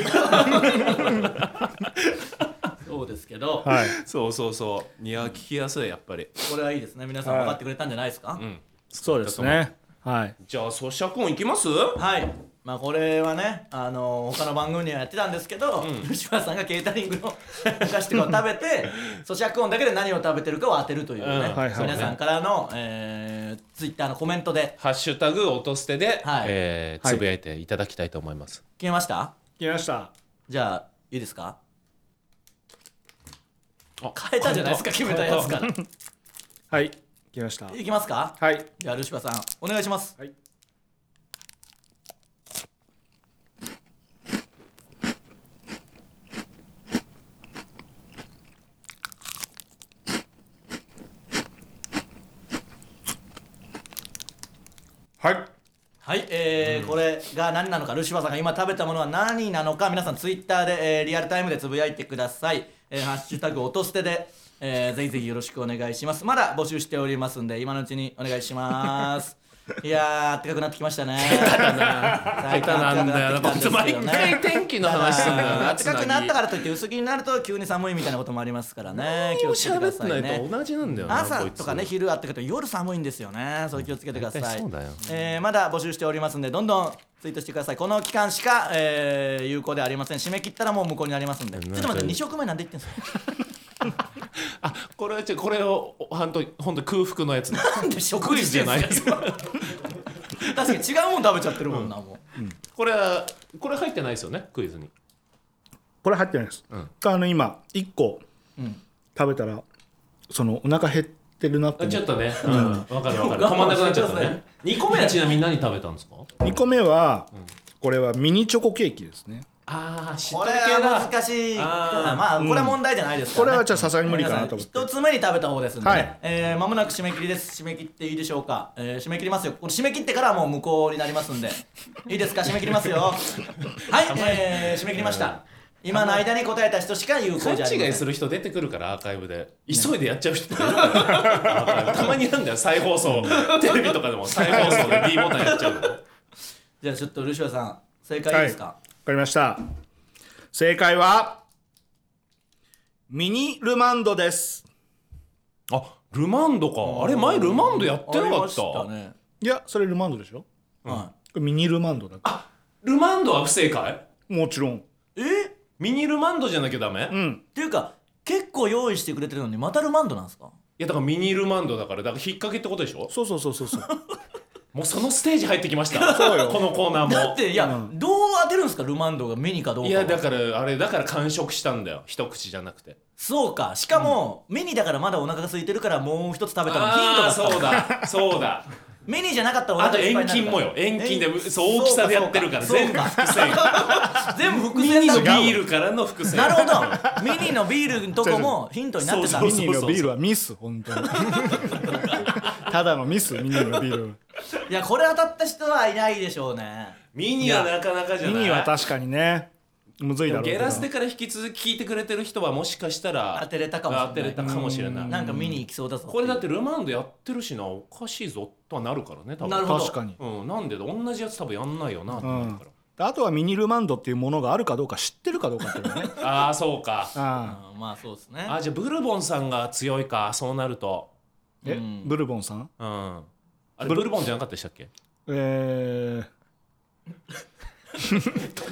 Speaker 3: そうですけど
Speaker 2: はい
Speaker 1: そうそうそういや聞きやすいやっぱり
Speaker 3: これはいいですね皆さん分かってくれたんじゃないですか
Speaker 2: そうですねはい
Speaker 1: じゃあ咀嚼音いきます
Speaker 3: はいまあこれはねあの他の番組にはやってたんですけど吉村さんがケータリング のお菓子とかを食べて咀嚼音だけで何を食べてるかを当てるとい
Speaker 1: う
Speaker 3: う
Speaker 1: んはい
Speaker 2: はい
Speaker 3: ね
Speaker 2: はい
Speaker 3: 皆さんからのえーツイッターのコメントで
Speaker 1: ハッシュタグ音捨てで、
Speaker 3: はい
Speaker 1: えー
Speaker 2: はい
Speaker 1: つぶやいていただきたいと思います、
Speaker 3: 決めました
Speaker 2: 来ました
Speaker 3: じゃあいいですか
Speaker 1: あ
Speaker 3: 変えたじゃないですか決めたやつから
Speaker 2: はい来ました
Speaker 3: いきますか
Speaker 2: はい
Speaker 3: じゃあルシファーさんお願いします
Speaker 2: はいはい
Speaker 3: はい、えーこれが何なのかルシファーさんが今食べたものは何なのか皆さんツイッターで、えーリアルタイムでつぶやいてください「えーハッシュタグ音捨てで」えーぜひぜひよろしくお願いしますまだ募集しておりますんで今のうちにお願いします いやーあったかくなってきましたね最近
Speaker 1: 下手なんだよ
Speaker 3: あ
Speaker 1: な
Speaker 3: ったかくなってきたんですけどね
Speaker 1: 毎回天気の話すんだよな
Speaker 3: あったかくなった
Speaker 1: ら
Speaker 3: からといって薄着になると急に寒いみたいなこともありますからね気をつけてくだ
Speaker 1: 喋
Speaker 3: さ
Speaker 1: って
Speaker 3: い
Speaker 1: ない
Speaker 3: ね
Speaker 1: と同じなんだよな
Speaker 3: 朝
Speaker 1: こいつ
Speaker 3: とかね昼あったけど夜寒いんですよねそう気をつけてください
Speaker 5: 大体そうだよ
Speaker 3: えーまだ募集しておりますんでどんどんツイートしてくださいこの期間しか、えー有効ではありません締め切ったらもう無効になりますんでちょっと待って2食目なんで言ってんす か
Speaker 1: あこれはちょこれを本当本当空腹のやつ
Speaker 3: なんで食
Speaker 1: クイズじゃない
Speaker 3: 事してんすか確かに違うもん食べちゃってるもんな、もう
Speaker 1: これはこれ入ってないですよねクイズに
Speaker 2: これ入ってないです、
Speaker 1: うん
Speaker 2: あの今1個
Speaker 3: うん
Speaker 2: 食べたらそのお腹減ってるなって
Speaker 1: あ
Speaker 2: 思
Speaker 1: ちょっ
Speaker 2: う
Speaker 1: とねうんわかるわかる
Speaker 3: 我慢
Speaker 1: 止まんなくなっちゃった
Speaker 3: してくださ
Speaker 1: ね2個目はちなみに何食べたんですか
Speaker 2: 2個目は、これはミニチョコケーキですね
Speaker 1: ああしっ
Speaker 3: ことれ
Speaker 1: り
Speaker 3: は
Speaker 1: 系だ
Speaker 3: 難しいから
Speaker 1: あー
Speaker 3: まあこれは問題じゃないですか
Speaker 2: これ
Speaker 3: ら、ね
Speaker 2: はじゃあさすがに無理かなと思って
Speaker 3: 皆さん一つ目に食べた方ですんで、ね
Speaker 2: はい
Speaker 3: えー間もなく締め切りです締め切っていいでしょうか、えー締め切りますよこれ締め切ってからはもう無効になりま すんでいいですか締め切りますよはい、えー締め切りました今の間に答えた人しか有効じゃ
Speaker 1: 勘
Speaker 3: ありません
Speaker 1: 違いする人出てくるからアーカイブで急いでやっちゃう人出て くるからアーカイブたまになんだよ再放送テレビとかでも再放送で D ボタンやっちゃうの
Speaker 3: じゃあちょっとルシファーさん正解いいですか、
Speaker 2: はい、わかりました正解はミニルマンドです
Speaker 1: あルマンドかあれ前ルマンドやってなか
Speaker 3: あ
Speaker 1: っ
Speaker 3: りま
Speaker 1: た
Speaker 3: しね
Speaker 2: いやそれルマンドでしょ
Speaker 3: は
Speaker 2: これミニルマンドだか
Speaker 1: ルマンドは不正解
Speaker 2: らもちろん
Speaker 3: い、えーっ
Speaker 1: ミニルマンドじゃなきゃダメ
Speaker 2: うん
Speaker 3: ていうか結構用意してくれてるのにまたルマンドなんですか
Speaker 1: いやだからミニルマンドだからだから引っ掛けってことでしょ
Speaker 2: そうそうそう そうそう
Speaker 1: もうそのステージ入ってきま した
Speaker 2: そうよ
Speaker 1: このコーナ
Speaker 3: だ
Speaker 1: ー
Speaker 3: っ
Speaker 1: も
Speaker 3: ていや、どう当てるんですかルマンドがミニかどうか
Speaker 1: い
Speaker 3: は
Speaker 1: やだからあれだから完食したんだよ一口じゃなくて
Speaker 3: そうかしかも、ミニだからまだお腹が空いてるからもう一つ食べたのヒン
Speaker 1: あ
Speaker 3: トだ
Speaker 1: あ
Speaker 3: った
Speaker 1: そうだそうだ
Speaker 3: ミニじゃなかったらお
Speaker 1: あと
Speaker 3: 腹いっぱい
Speaker 1: 遠
Speaker 3: になる
Speaker 1: 近もよ遠近で
Speaker 3: 遠
Speaker 1: そう大きさでやってるから
Speaker 3: そう
Speaker 1: 全部
Speaker 3: か
Speaker 1: 伏線
Speaker 3: 全部伏
Speaker 1: ミ
Speaker 3: 線
Speaker 1: ニ
Speaker 3: だ
Speaker 1: の
Speaker 3: った
Speaker 1: ビールからの伏線
Speaker 3: なるほどミニのビールのと こもヒントになってた
Speaker 1: そう
Speaker 2: ミ
Speaker 1: そう
Speaker 2: ニのビールはミス本 当にただのミスミニのビール
Speaker 3: いやこれ当たった人はいないでしょうね
Speaker 1: ミニはなかなかじゃ
Speaker 2: ミ
Speaker 1: ない
Speaker 2: ニは確かにねむずいだろうけ
Speaker 1: ゲ
Speaker 2: ど
Speaker 1: ラステから引き続き聞いてくれてる人はもしかしたら
Speaker 3: 当てれたかもしれない
Speaker 1: 当てれたかもしれない
Speaker 3: なんかミニ行きそうだぞ
Speaker 1: これだってルマンドやってるしなおかしいぞとはなるからね多分
Speaker 3: なるほど
Speaker 2: 確かに
Speaker 1: うん、なんでだ同じやつ多分やんないよなってなるから、
Speaker 2: あとはミニルマンドっていうものがあるかどうか知ってるかどうかっていう のね
Speaker 1: ああそうか
Speaker 2: ああ
Speaker 3: うんまあそうですね
Speaker 1: あじゃあブルボンさんが強いかそうなると
Speaker 2: え
Speaker 3: うん
Speaker 2: ブルボンさん
Speaker 1: うんあれブルボンじゃなかったでしたっけ
Speaker 2: えー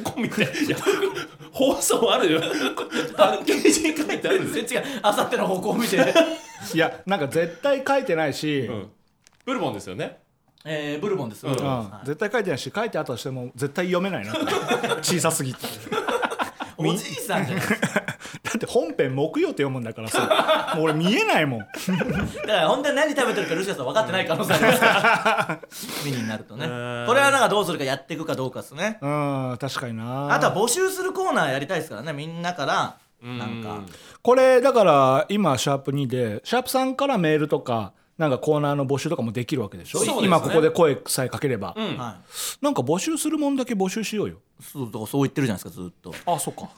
Speaker 1: どこ見ていや放送あるよパッケージに書いてある
Speaker 3: 全 然違うあさっての方向を見て
Speaker 2: いやなんか絶対書いてないし、
Speaker 1: うんブルボンですよね
Speaker 3: えーブルボンです、
Speaker 1: うん
Speaker 3: ブルボン
Speaker 2: あ
Speaker 3: です
Speaker 2: あ
Speaker 3: はい
Speaker 2: 絶対書いてないし書いてあったとしても絶対読めないな って小さすぎて
Speaker 3: おじいさんじゃないですか
Speaker 2: だって本編木曜って読むんだからさもう俺見えないもん
Speaker 3: だから本当に何食べてるかルシアさん分かってない可能性ありますから ミニになるとね
Speaker 1: ーん
Speaker 3: これはなんかどうするかやっていくかどうかですね
Speaker 2: うん確かにな
Speaker 3: あとは募集するコーナーやりたいですからねみんなからなんか
Speaker 2: これだから今シャープ2でシャープさんからメールとかなんかコーナーの募集とかもできるわけでしょ
Speaker 1: そうですね
Speaker 2: 今ここで声さえかければ、
Speaker 1: うん
Speaker 3: は
Speaker 2: なんか募集するもんだけ募集しようよ
Speaker 3: いそうだからそう言ってるじゃないですかずっと
Speaker 2: あそっか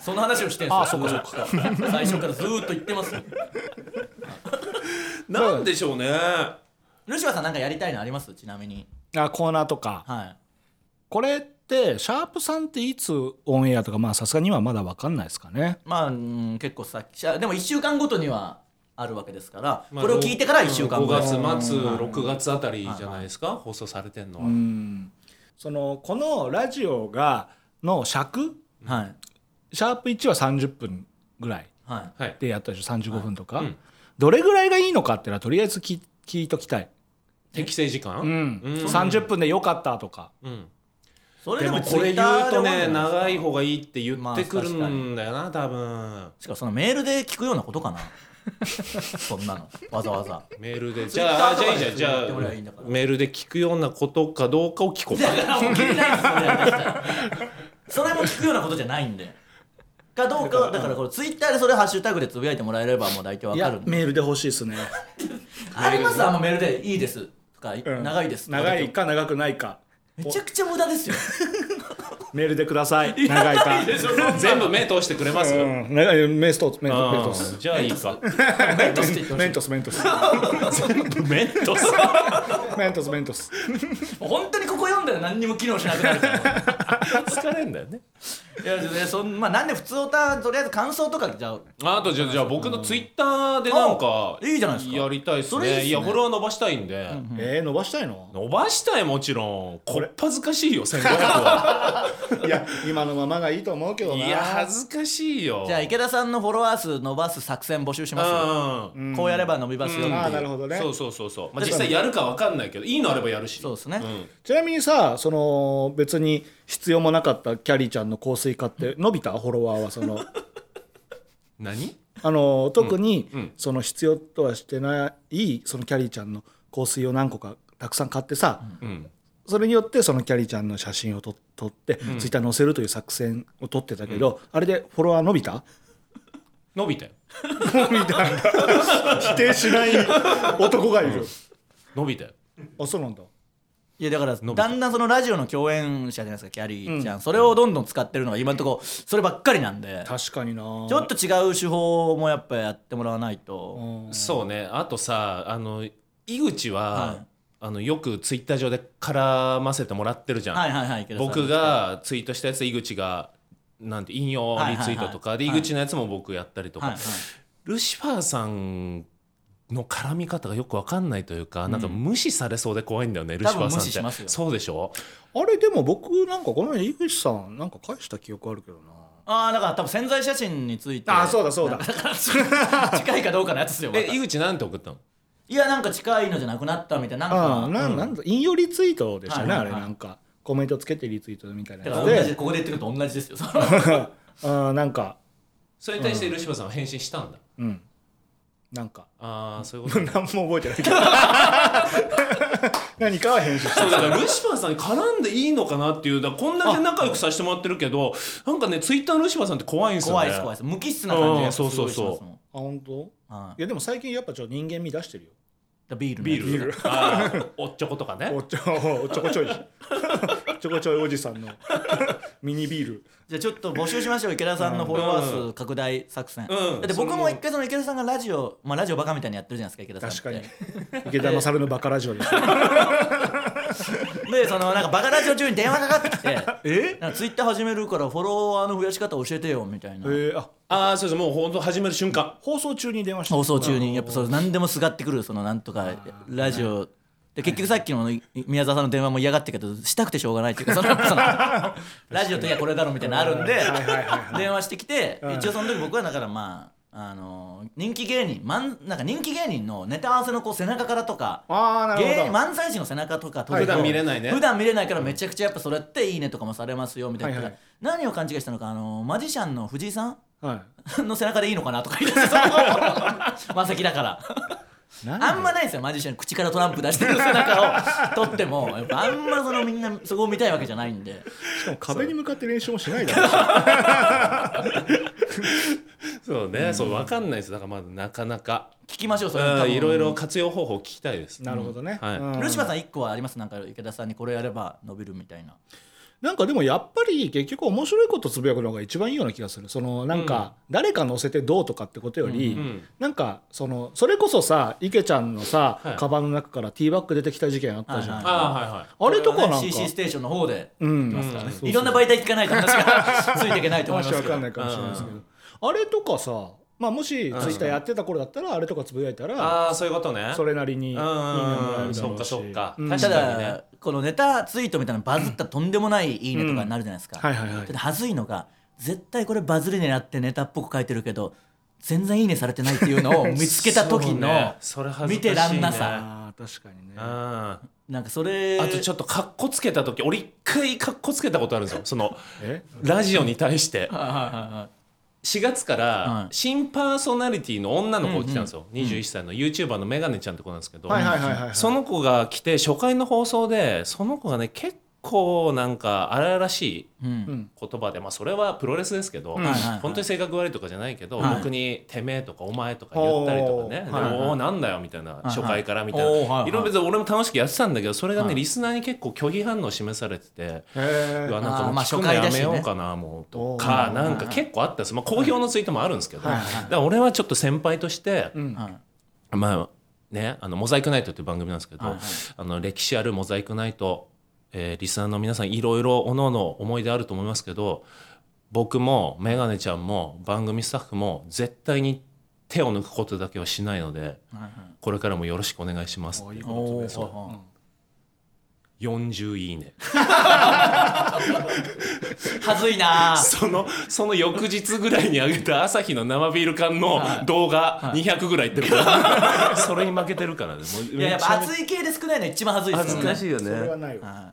Speaker 3: その話をしてるんですよあそうかそうか 最初からずーっと言ってますよ
Speaker 1: なんでしょうね
Speaker 3: ルシファーさんなんかやりたいのありますちなみに
Speaker 2: あコーナーとか
Speaker 3: はい
Speaker 2: これってシャープさんっていつオンエアとかまあさすがにはまだ分かんないですかね
Speaker 3: まあうん結構さっきでも1週間ごとにはあるわけですから、
Speaker 1: まあ
Speaker 3: これを聞いてから1週間後です
Speaker 1: 5月末6月あたりじゃないですか放送されてんのは、
Speaker 2: うんそのこのラジオがの尺
Speaker 3: はい
Speaker 2: シャープ1は30分ぐらい
Speaker 3: はい
Speaker 1: はい
Speaker 2: でやったでしょ35分とか、
Speaker 1: はいうん
Speaker 2: どれぐらいがいいのかっていうのはとりあえず聞聞いときたい、
Speaker 1: 適正時間
Speaker 2: うん30分でよかったとか
Speaker 1: うん
Speaker 3: それ
Speaker 1: で
Speaker 3: でも
Speaker 1: も
Speaker 3: ツ
Speaker 1: こ
Speaker 3: イ
Speaker 1: れ
Speaker 3: ッ
Speaker 1: 言
Speaker 3: ター
Speaker 1: うとね
Speaker 3: で
Speaker 1: 長い
Speaker 3: 方
Speaker 1: 方がいいって言ってくるんだよな多分
Speaker 3: しかもそのメールで聞くようなことかなそんなのわざわざ
Speaker 1: メールでじ
Speaker 3: ツイッタ
Speaker 1: ゃ
Speaker 3: ー
Speaker 1: あ
Speaker 3: と
Speaker 1: じゃ
Speaker 3: か
Speaker 1: あいいじゃんじ
Speaker 3: やっ
Speaker 1: ゃあ
Speaker 3: てもらえばいいんだから
Speaker 1: メールで聞くようなことかどうかを聞こうか
Speaker 3: だからもう聞いてないですよね私たちそれも聞くようなことじゃないんでかどうかはだからこれツイッターでそれハッシュタグでつぶやいてもらえればもう大体わ
Speaker 2: い
Speaker 3: か
Speaker 2: や
Speaker 3: るんで
Speaker 2: メールで欲しいですね
Speaker 3: ありますあのメールでいいですか、
Speaker 2: うん
Speaker 3: 長いですとか
Speaker 2: 長いか長くないか
Speaker 3: めちゃくちゃ無駄ですよ
Speaker 2: メールでください長いか
Speaker 1: 全部目通してくれます、
Speaker 2: うん長いメストメントメントス
Speaker 1: じゃあいい か
Speaker 3: メントスって言ってほし
Speaker 2: メ
Speaker 3: い
Speaker 2: ントスメントス
Speaker 1: メントス
Speaker 2: メントス メントス
Speaker 3: 本当にここ読んだら何にも機能しなくなるから
Speaker 1: 疲れんだよね
Speaker 3: いやでそんまあなんで普通オタとりあえず感想とかじゃあ
Speaker 1: あとじゃあじゃあ僕のツイッターでなんか
Speaker 3: あいいじゃないですか
Speaker 1: やりたいです
Speaker 3: それいいっ
Speaker 1: ね
Speaker 3: すね
Speaker 1: いやフォロワー伸ばしたいんで、
Speaker 2: えー伸ばしたいの
Speaker 1: 伸ばしたいもちろんこっぱずかしいよ1500はい
Speaker 2: や今のままがいいと思うけどない
Speaker 1: や恥ずかしいよ
Speaker 3: じゃあ池田さんのフォロワー数伸ばす作戦募集しま
Speaker 1: うん、
Speaker 3: すこうやれば伸びますよって
Speaker 2: ああ
Speaker 3: い
Speaker 2: な
Speaker 3: う
Speaker 2: るほどね
Speaker 1: そうそうそうそう、まあ、実際やるかわかんないけどいいのあればやるし
Speaker 3: そうですね
Speaker 1: ん
Speaker 2: ちなみにさその別に必要もなかったキャリーちゃんの香水買って伸びたフォロワーはそ の
Speaker 1: 何
Speaker 2: あの特に
Speaker 1: うんうん
Speaker 2: その必要とはしてないそのキャリーちゃんの香水を何個かたくさん買ってさ、
Speaker 1: うん
Speaker 2: それによってそのキャリーちゃんの写真をと撮ってツイッターに載せるという作戦を取ってたけど、あれでフォロワー伸びた
Speaker 1: 伸びたよ
Speaker 2: 否定しない男がいる、
Speaker 1: 伸びたよ
Speaker 2: あそうなんだ
Speaker 3: いやだからだんだんそのラジオの共演者じゃないですかキャリーちゃん、それをどんどん使ってるのが今のとこそればっかりなんで
Speaker 2: 確かにな
Speaker 3: ちょっと違う手法もやっぱやってもらわないと
Speaker 2: うん
Speaker 1: そうねあとさあの井口は、
Speaker 3: はい
Speaker 1: あのよくツイッター上で絡ませてもらってるじゃん、
Speaker 3: はいはいはい池田さん
Speaker 1: 僕がツイートしたやつ井口がなんて引用リツイートとかで、
Speaker 3: はいはいはい
Speaker 1: 井口のやつも僕やったりとか、
Speaker 3: はいはい
Speaker 1: ルシファーさんの絡み方がよくわかんないというか、なんか無視されそうで怖いんだよねルシファーさんって
Speaker 3: 無視しますよ
Speaker 1: そうでしょ
Speaker 2: あれでも僕なんかこの間井口さんなんか返した記憶あるけどな
Speaker 3: ああだから多分潜在写真について
Speaker 2: あそうだ そうだ
Speaker 3: 近いかどうかのやつですよ、また
Speaker 1: え井口なんて送ったの
Speaker 3: いやなんか近いのじゃなくなったみたいな
Speaker 2: あ
Speaker 3: なんか
Speaker 2: なんなんだ引用リツイートでしたね、
Speaker 3: はいはいはい
Speaker 2: あれなんかコメントつけてリツイートみたいな
Speaker 3: だ
Speaker 2: や
Speaker 3: から
Speaker 2: つ
Speaker 3: 同じ
Speaker 2: で
Speaker 3: ここで言ってると同じですよその
Speaker 2: あーなんか
Speaker 1: それに対してルシファーさんは返信したんだ、
Speaker 2: うんなんか
Speaker 1: ああそういうこと
Speaker 2: 何も覚えてないけど 何かは編集し
Speaker 1: そうだからルシファーさんに絡んでいいのかなっていうだからこんだけ仲良くさせてもらってるけどなんかねツイッターのルシファーさんって怖いんですよね
Speaker 3: 怖いです怖いです無機質な感じ
Speaker 1: う
Speaker 3: が
Speaker 1: ん
Speaker 3: す
Speaker 1: そうそう
Speaker 3: ごいし
Speaker 1: そう
Speaker 3: ますもん
Speaker 2: あ本当
Speaker 3: はい
Speaker 2: やでも最近やっぱちょっと人間味出してるよ
Speaker 3: だビール
Speaker 1: ビール
Speaker 3: ル
Speaker 1: あーおっちょことかね
Speaker 2: おっちょおちょこちょいおっちょこちょいおじさ んのミニビール
Speaker 3: じゃあちょっと募集しましょう池田さんのフォロワー数拡大作戦、
Speaker 1: うん
Speaker 3: だって僕も一回その池田さんがラジオまあラジオバカみたいにやってるじゃないですか池田さんって
Speaker 2: 確かに池田勝のバカラジオです
Speaker 3: でそのなんかバカラジオ中に電話かかってきてえなんかツイッター始めるからフォロワーの増やし方教えてよみたいな、
Speaker 2: えー、あ
Speaker 1: ああそうそうもう本当始める瞬間
Speaker 2: 放送中に電話して
Speaker 3: 放送中にやっぱそう何でもすがってくるそのなんとかラジオで結局さっきのい宮沢さんの電話も嫌がってるけどしたくてしょうがないっていうか そのそのラジオといやこれだろみたいなのあるんで
Speaker 2: はいはいはい
Speaker 3: 電話してきて一応その時僕はだからまああの人気芸人まんなんか人気芸人のネタ合わせのこう背中からとか
Speaker 2: ああなるほど
Speaker 3: 芸人漫才師の背中とか撮る
Speaker 1: 普
Speaker 3: と
Speaker 1: 段見れないね
Speaker 3: 普段見れないからめちゃくちゃやっぱそれっていいねとかもされますよみたいな、
Speaker 2: はいはい
Speaker 3: 何を勘違いしたのかあのマジシャンの藤井さん
Speaker 2: はい
Speaker 3: の背中でいいのか なとか言ってそうマセキだからあんまないんですよマジシャン口からトランプ出してる背中を取ってもやっぱあんまそのみんなそこを見たいわけじゃないんで
Speaker 2: しかも 壁に向かって練習もしないだろうし
Speaker 1: そうね、そう分かんないですだからまだなかなか
Speaker 3: 聞きましょうそれ多
Speaker 1: うん
Speaker 3: 分
Speaker 1: いろいろ活用方法聞きたいです
Speaker 2: なるほどね、
Speaker 1: はい
Speaker 2: うん
Speaker 3: ルシファーさん一個はありますなんか池田さんにこれやれば伸びるみたいな
Speaker 2: なんかでもやっぱり結局面白いことつぶやくのが一番いいような気がするそのなんか誰か載せてどうとかってことより、
Speaker 1: うん
Speaker 2: なんかそのそれこそさ池ちゃんのさ、
Speaker 1: はい
Speaker 2: カバンの中からティーバッグ出てきた事件あったじゃん、
Speaker 3: はいは
Speaker 1: あーはいはい
Speaker 2: あれとかなんか、
Speaker 3: こはね CC ステーションの方で
Speaker 2: うん
Speaker 1: うん
Speaker 2: そうそう
Speaker 3: いろんな媒体聞かないと話がついていけないと思い
Speaker 2: 話
Speaker 3: ます
Speaker 2: わ
Speaker 3: けど
Speaker 2: かんないかもしれないですけど、あれとかさ、まあ、もしツイッターやってた頃だったらあれとかつぶやいたら
Speaker 1: ああそういうことね
Speaker 2: それなりにいいね
Speaker 1: うん
Speaker 2: もらえるだ
Speaker 1: そ
Speaker 2: ろ
Speaker 1: っ
Speaker 2: う
Speaker 1: か
Speaker 2: し
Speaker 1: そっか、
Speaker 2: うん
Speaker 1: 確
Speaker 3: た
Speaker 1: かにね
Speaker 3: だこのネタツイートみたいなのバズったらとんでもないいいねとかになるじゃないですか、
Speaker 2: はいはいはい
Speaker 3: ただはずいのが絶対これバズり狙ってネタっぽく書いてるけど全然いいねされてないってい うのを見つけた時の、
Speaker 1: そうねそれ恥ず
Speaker 3: 見
Speaker 1: かしいね
Speaker 3: てらんなさ
Speaker 2: あー確かにね
Speaker 1: うんあ
Speaker 3: なんかそれ
Speaker 1: とちょっとかっこつけた時俺一回かっこつけたことあるんですよその
Speaker 2: え
Speaker 1: ラジオに対して
Speaker 3: はいはいはいはい
Speaker 1: 4月か
Speaker 3: は
Speaker 1: ら
Speaker 3: い
Speaker 1: 新パーソナリティの女の子来たんですよ、21歳の YouTuber のメガネちゃんって子なんですけど、
Speaker 2: はいはいはいはいはい
Speaker 1: その子が来て初回の放送でその子がね結構なんか荒々しい
Speaker 3: うん
Speaker 1: 言葉で、まあ、それはプロレスですけど、
Speaker 2: うん
Speaker 3: はいはいはい
Speaker 1: 本当に性格悪いとかじゃないけど、
Speaker 3: はい
Speaker 1: 僕に「てめえ」とか「お前」とか言ったりとかね「
Speaker 3: おーはいは
Speaker 1: で
Speaker 3: い
Speaker 1: おおなんだよ」みたいな、
Speaker 3: いはい
Speaker 1: 初回からみたいな、
Speaker 3: おー
Speaker 1: い
Speaker 3: はいはい
Speaker 1: ろいろ別に俺も楽しくやってたんだけどそれがね、
Speaker 3: はい
Speaker 1: リスナーに結構拒否反応示されてて。
Speaker 2: へ
Speaker 1: うわな
Speaker 2: え
Speaker 1: んか
Speaker 3: あー
Speaker 1: もう
Speaker 3: まあ
Speaker 1: 聞く
Speaker 3: 初
Speaker 1: の
Speaker 3: 回
Speaker 1: や
Speaker 3: だし
Speaker 1: め
Speaker 3: ね
Speaker 1: ようかなもうと
Speaker 3: お
Speaker 1: か
Speaker 3: ー
Speaker 1: なんか結構あったんですまあ好評のツイートもあるんですけど
Speaker 2: はい
Speaker 1: だから俺はちょっと先輩として
Speaker 2: うん
Speaker 3: はい
Speaker 1: まあねあの「モザイクナイト」っていう番組なんですけど
Speaker 3: はいはい
Speaker 1: あの歴史ある「モザイクナイト」えーリスナーの皆さんいろいろおのの思い出あると思いますけど僕もメガネちゃんも番組スタッフも絶対に手を抜くことだけはしないので
Speaker 3: はいはい
Speaker 1: これからもよろしくお願いしますっていうことでそう
Speaker 3: おー
Speaker 1: 40いいね
Speaker 3: はずいなぁ
Speaker 1: そのその翌日ぐらいに上げた朝日の生ビール缶の動画200ぐらいいってるから、 それに負けてるからねもう
Speaker 3: いややっぱ熱い系で少ないの一番はずいですよね
Speaker 1: いよ
Speaker 2: それはないわ
Speaker 3: はい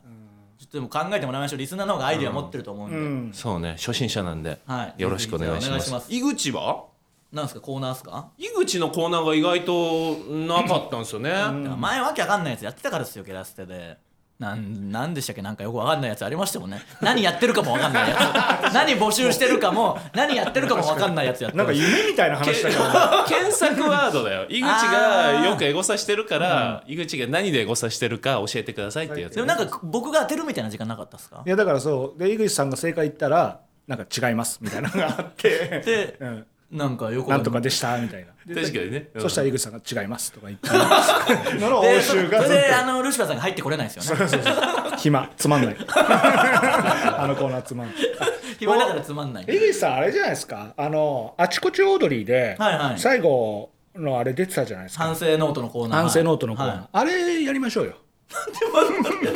Speaker 3: ちょっとでも考えてもらいましょうリスナーの方がアイディア持ってると思うん
Speaker 2: う
Speaker 3: で、
Speaker 2: ん
Speaker 1: そうね初心者なんで、
Speaker 3: はい
Speaker 1: よろしくお願いし
Speaker 3: お願
Speaker 1: ま
Speaker 3: い
Speaker 1: す
Speaker 3: します
Speaker 1: 井口は
Speaker 3: なんですかコーナーですか、
Speaker 1: 井口のコーナーが意外となかったんですよね、
Speaker 3: だから前わけわかんないやつやってたからですよゲラステでなんなんでしたっけなんかよくわかんないやつありましたもんね何やってるかもわかんないやつ 何募集してるかも何やってるかもわかんないやつやって
Speaker 2: な
Speaker 3: ま
Speaker 2: ん
Speaker 3: す
Speaker 2: か夢みたいな話だけど
Speaker 1: 検索ワードだよ井口
Speaker 3: あ
Speaker 1: が
Speaker 3: ー
Speaker 1: よくエゴサしてるから、井口が何でエゴサしてるか教えてくださいってやつ、
Speaker 3: でもなんか僕が当てるみたいな時間なかったですか
Speaker 2: いやだからそうで井口さんが正解言ったらなんか違いますみたいなのがあ って、
Speaker 3: で
Speaker 2: うん、
Speaker 3: なんかよくわ
Speaker 2: なんんと
Speaker 3: な
Speaker 2: か
Speaker 3: い
Speaker 2: でしたみたいな
Speaker 1: 確かにね、
Speaker 2: そした
Speaker 1: ら
Speaker 2: ら井口さんが違いますとか言って なら応
Speaker 3: でそれ
Speaker 2: 酬がずっ
Speaker 3: であのルシファーさんが入ってこれないですよね
Speaker 2: と暇つまんない あのコーナーつまんない
Speaker 3: 暇だからつまんない
Speaker 2: 井口さんあれじゃないですかあのあちこちオードリーで
Speaker 3: はいはい
Speaker 2: 最後のあれ出てたじゃないですか
Speaker 3: 反省ノートのコーナー
Speaker 2: 反省ノートのコーナー、
Speaker 3: はい
Speaker 2: あれやりましょうよ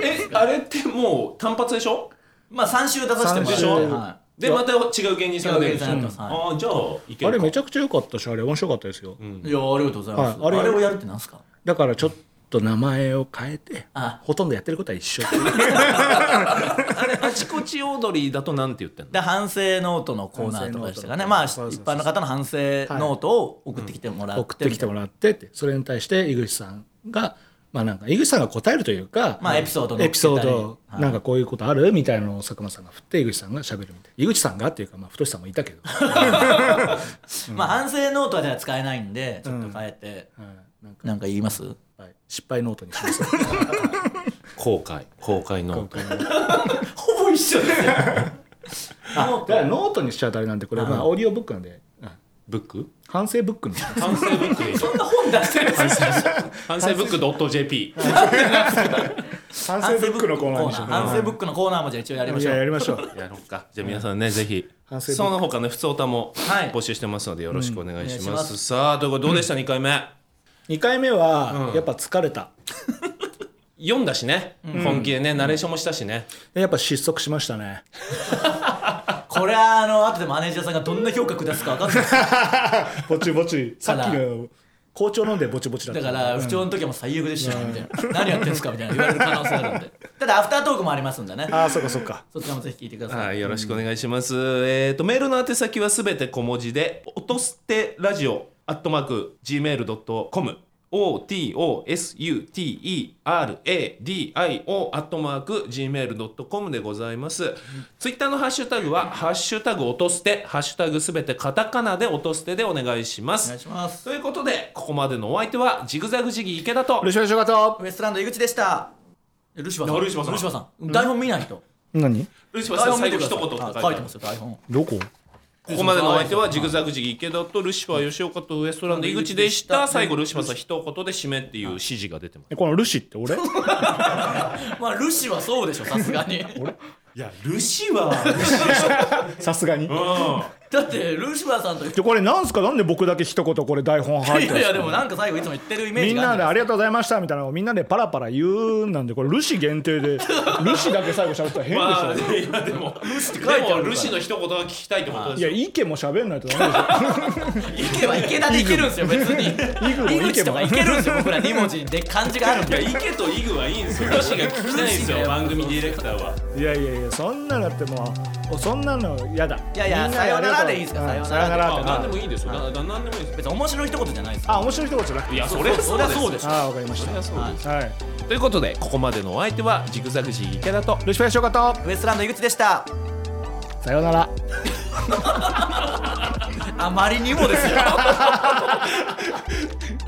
Speaker 1: えあれってもう単発でしょ
Speaker 3: まあ3週出させてもら
Speaker 1: で
Speaker 3: っ
Speaker 1: してょ、
Speaker 3: は
Speaker 1: でまた違う芸人さんが出るでしょ
Speaker 3: 違う芸人さん
Speaker 1: あーじゃあいけるか
Speaker 2: あれめちゃくちゃ良かったしあれ面白かったですよ、
Speaker 3: い、いやありがとうございます、
Speaker 2: はいあれ
Speaker 3: あれをやるってなんすか
Speaker 2: だからちょっと名前を変えて
Speaker 3: あ
Speaker 2: ほとんどやってることは一緒
Speaker 1: あちこちオードリーだとなんて言ってんの
Speaker 3: で反省ノートのコーナーとかでしたかねま
Speaker 2: 反
Speaker 3: あ一
Speaker 2: 省ノートの
Speaker 3: 般の方の反省ノートを送ってきてもらって、
Speaker 2: 送ってきてもらってってそれに対して井口さんがまあなんか井口さんが答えるというか、
Speaker 3: まあエピソードの
Speaker 2: エピソー
Speaker 3: 乗っ
Speaker 2: ド
Speaker 3: けたり
Speaker 2: なんかこういうことあるみたいなのを佐久間さんが振って井口さんが喋るみたい井口さんがっていうかまあ太さんもいたけ ど、は
Speaker 3: まあ反省ノートはじゃあ使えないんでちょっと変えて、
Speaker 2: いなんか
Speaker 3: なんか言います
Speaker 2: はい失敗ノートにします
Speaker 1: 後悔後悔の
Speaker 3: ほぼ一緒ですよ
Speaker 2: あだからノートにしちゃうとあれなんでこれまあオーディオブックなんで、うん
Speaker 1: ブック
Speaker 2: 反省ブックにします
Speaker 1: 反省ブックでいい
Speaker 3: そんな本出してるんですか
Speaker 1: 反省ブックドット JP
Speaker 2: 反
Speaker 3: 反省ブックのコーナーもじゃあ一応やりま
Speaker 2: い
Speaker 3: しょ
Speaker 2: やや
Speaker 3: う
Speaker 2: りましょう
Speaker 1: やろうかじゃあ皆さんねぜひ
Speaker 2: 反省ブック
Speaker 1: その他ね普通歌も
Speaker 3: はい
Speaker 1: 募集してますのでよろしくお願いし
Speaker 3: うんお願いし
Speaker 1: ま
Speaker 3: ます
Speaker 1: すさあということでどうでした2回目
Speaker 2: 2回目はやっぱ疲れた、
Speaker 1: 読んだしね本気でねナレーションもしたしね
Speaker 2: でやっぱ失速しましたね
Speaker 3: これはあの後でマネージャーさんがどんな評価下すか分かんないです
Speaker 2: ぼちぼ ちさ
Speaker 3: た
Speaker 2: っ
Speaker 3: だ
Speaker 2: きの校長飲んでぼちぼちだっ
Speaker 3: だ
Speaker 2: た
Speaker 3: から不調の時はもう最悪でしたよみたいな何やってんすかみたいな言われる可能性あるんでただアフタートークもありますんでね
Speaker 2: ああそっかそっか
Speaker 3: そちらもぜひ聞いてください
Speaker 1: はいよろしくお願いしますえっとメールの宛先はすべて小文字で「音捨てラジオ」「アットマーク Gmail.com」OTOSUTERADIO アットマーク Gmail.com でございますツイッターのハッシュタグは「ハッシュタグ音捨て」「ハッシュタグすべてカタカナで音捨て」でお願いしま
Speaker 3: お願
Speaker 1: す
Speaker 3: いします
Speaker 1: ということでここまでのお相手はジグザグジギー池田と
Speaker 2: しくお願いします
Speaker 3: ウエストランド井口でしたえルシファーさん
Speaker 1: あルシファーさん
Speaker 3: 台本見ない人
Speaker 2: 何
Speaker 1: ルシファー
Speaker 3: 台
Speaker 1: さん
Speaker 3: 本見
Speaker 1: 最
Speaker 3: て
Speaker 1: 後
Speaker 3: く
Speaker 1: 一言
Speaker 3: ださい
Speaker 1: って書いてあ
Speaker 3: あ書い
Speaker 1: る
Speaker 3: てますよ台本
Speaker 2: どこ
Speaker 1: ここまでのお相手はジグザグジギ池田とルシファー吉岡とウエストランド井口でした最後ルシファーさん一言で締めっていう指示が出てます
Speaker 2: えこのルシって 俺
Speaker 3: まあルシはそうでしょさすが に
Speaker 1: いやルシファー
Speaker 2: さすがに
Speaker 3: だってルシファーさんとい
Speaker 2: でこれなんすかなんで僕だけ一言これ台本入ってるんで
Speaker 3: やい
Speaker 2: す
Speaker 3: や
Speaker 2: か
Speaker 3: でもなんか最後いつも言ってるイメー
Speaker 2: み
Speaker 3: ジ
Speaker 2: ん
Speaker 3: が
Speaker 2: な
Speaker 3: ある
Speaker 2: であ
Speaker 3: れ
Speaker 2: りがとうございましたみたいなのをみんなでパラパラ言うんなんでこれルシ限定でルシだけ最後喋ったら変でしょ、
Speaker 1: まあいやでもルシ
Speaker 3: って書いてあるから
Speaker 1: ルシの一言が聞きたいってことで
Speaker 2: い
Speaker 1: す
Speaker 2: や
Speaker 1: よ
Speaker 2: 意見も喋んないとダメでしょ
Speaker 3: 池は池田でいけるんですよ別に
Speaker 2: も
Speaker 3: 井口とかいけるんですよ僕ら2文字で漢字があるん
Speaker 1: いや
Speaker 3: で
Speaker 1: 池とイグはいいんですよルシが聞きたいんです
Speaker 3: ルシ
Speaker 1: よ
Speaker 3: が
Speaker 1: 番組ディレクターはい
Speaker 2: やいやいやそんなのだってもうそんなの嫌だ
Speaker 3: いやいや
Speaker 2: みんなでありがとう
Speaker 3: ならでいいですか
Speaker 2: うん
Speaker 3: さよなら
Speaker 2: さよ
Speaker 3: で
Speaker 2: な
Speaker 1: 何で
Speaker 2: らって
Speaker 1: もいいですよな何でもいいです
Speaker 3: 別に面白い一言じゃないです
Speaker 2: あ
Speaker 3: よ
Speaker 2: 面白い一言じゃなくて
Speaker 1: いやそ
Speaker 3: そ
Speaker 1: れ
Speaker 3: れ
Speaker 1: はそうです
Speaker 3: そうです
Speaker 2: ああわかりまし
Speaker 1: そ
Speaker 2: た
Speaker 1: りゃそうです
Speaker 2: はい
Speaker 1: ということでここまでのお相手はジグザグジギー池田と
Speaker 2: ルシファー翔か
Speaker 3: ウエストランド井口でした
Speaker 2: とさようなら
Speaker 3: あまりにもですよ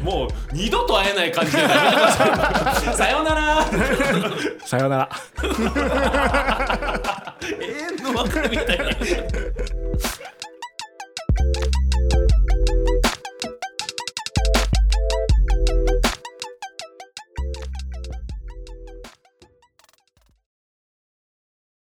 Speaker 1: もう二度と会えない感じでやめてくださいさような ら
Speaker 2: さようなら
Speaker 1: 永遠の別れみたいな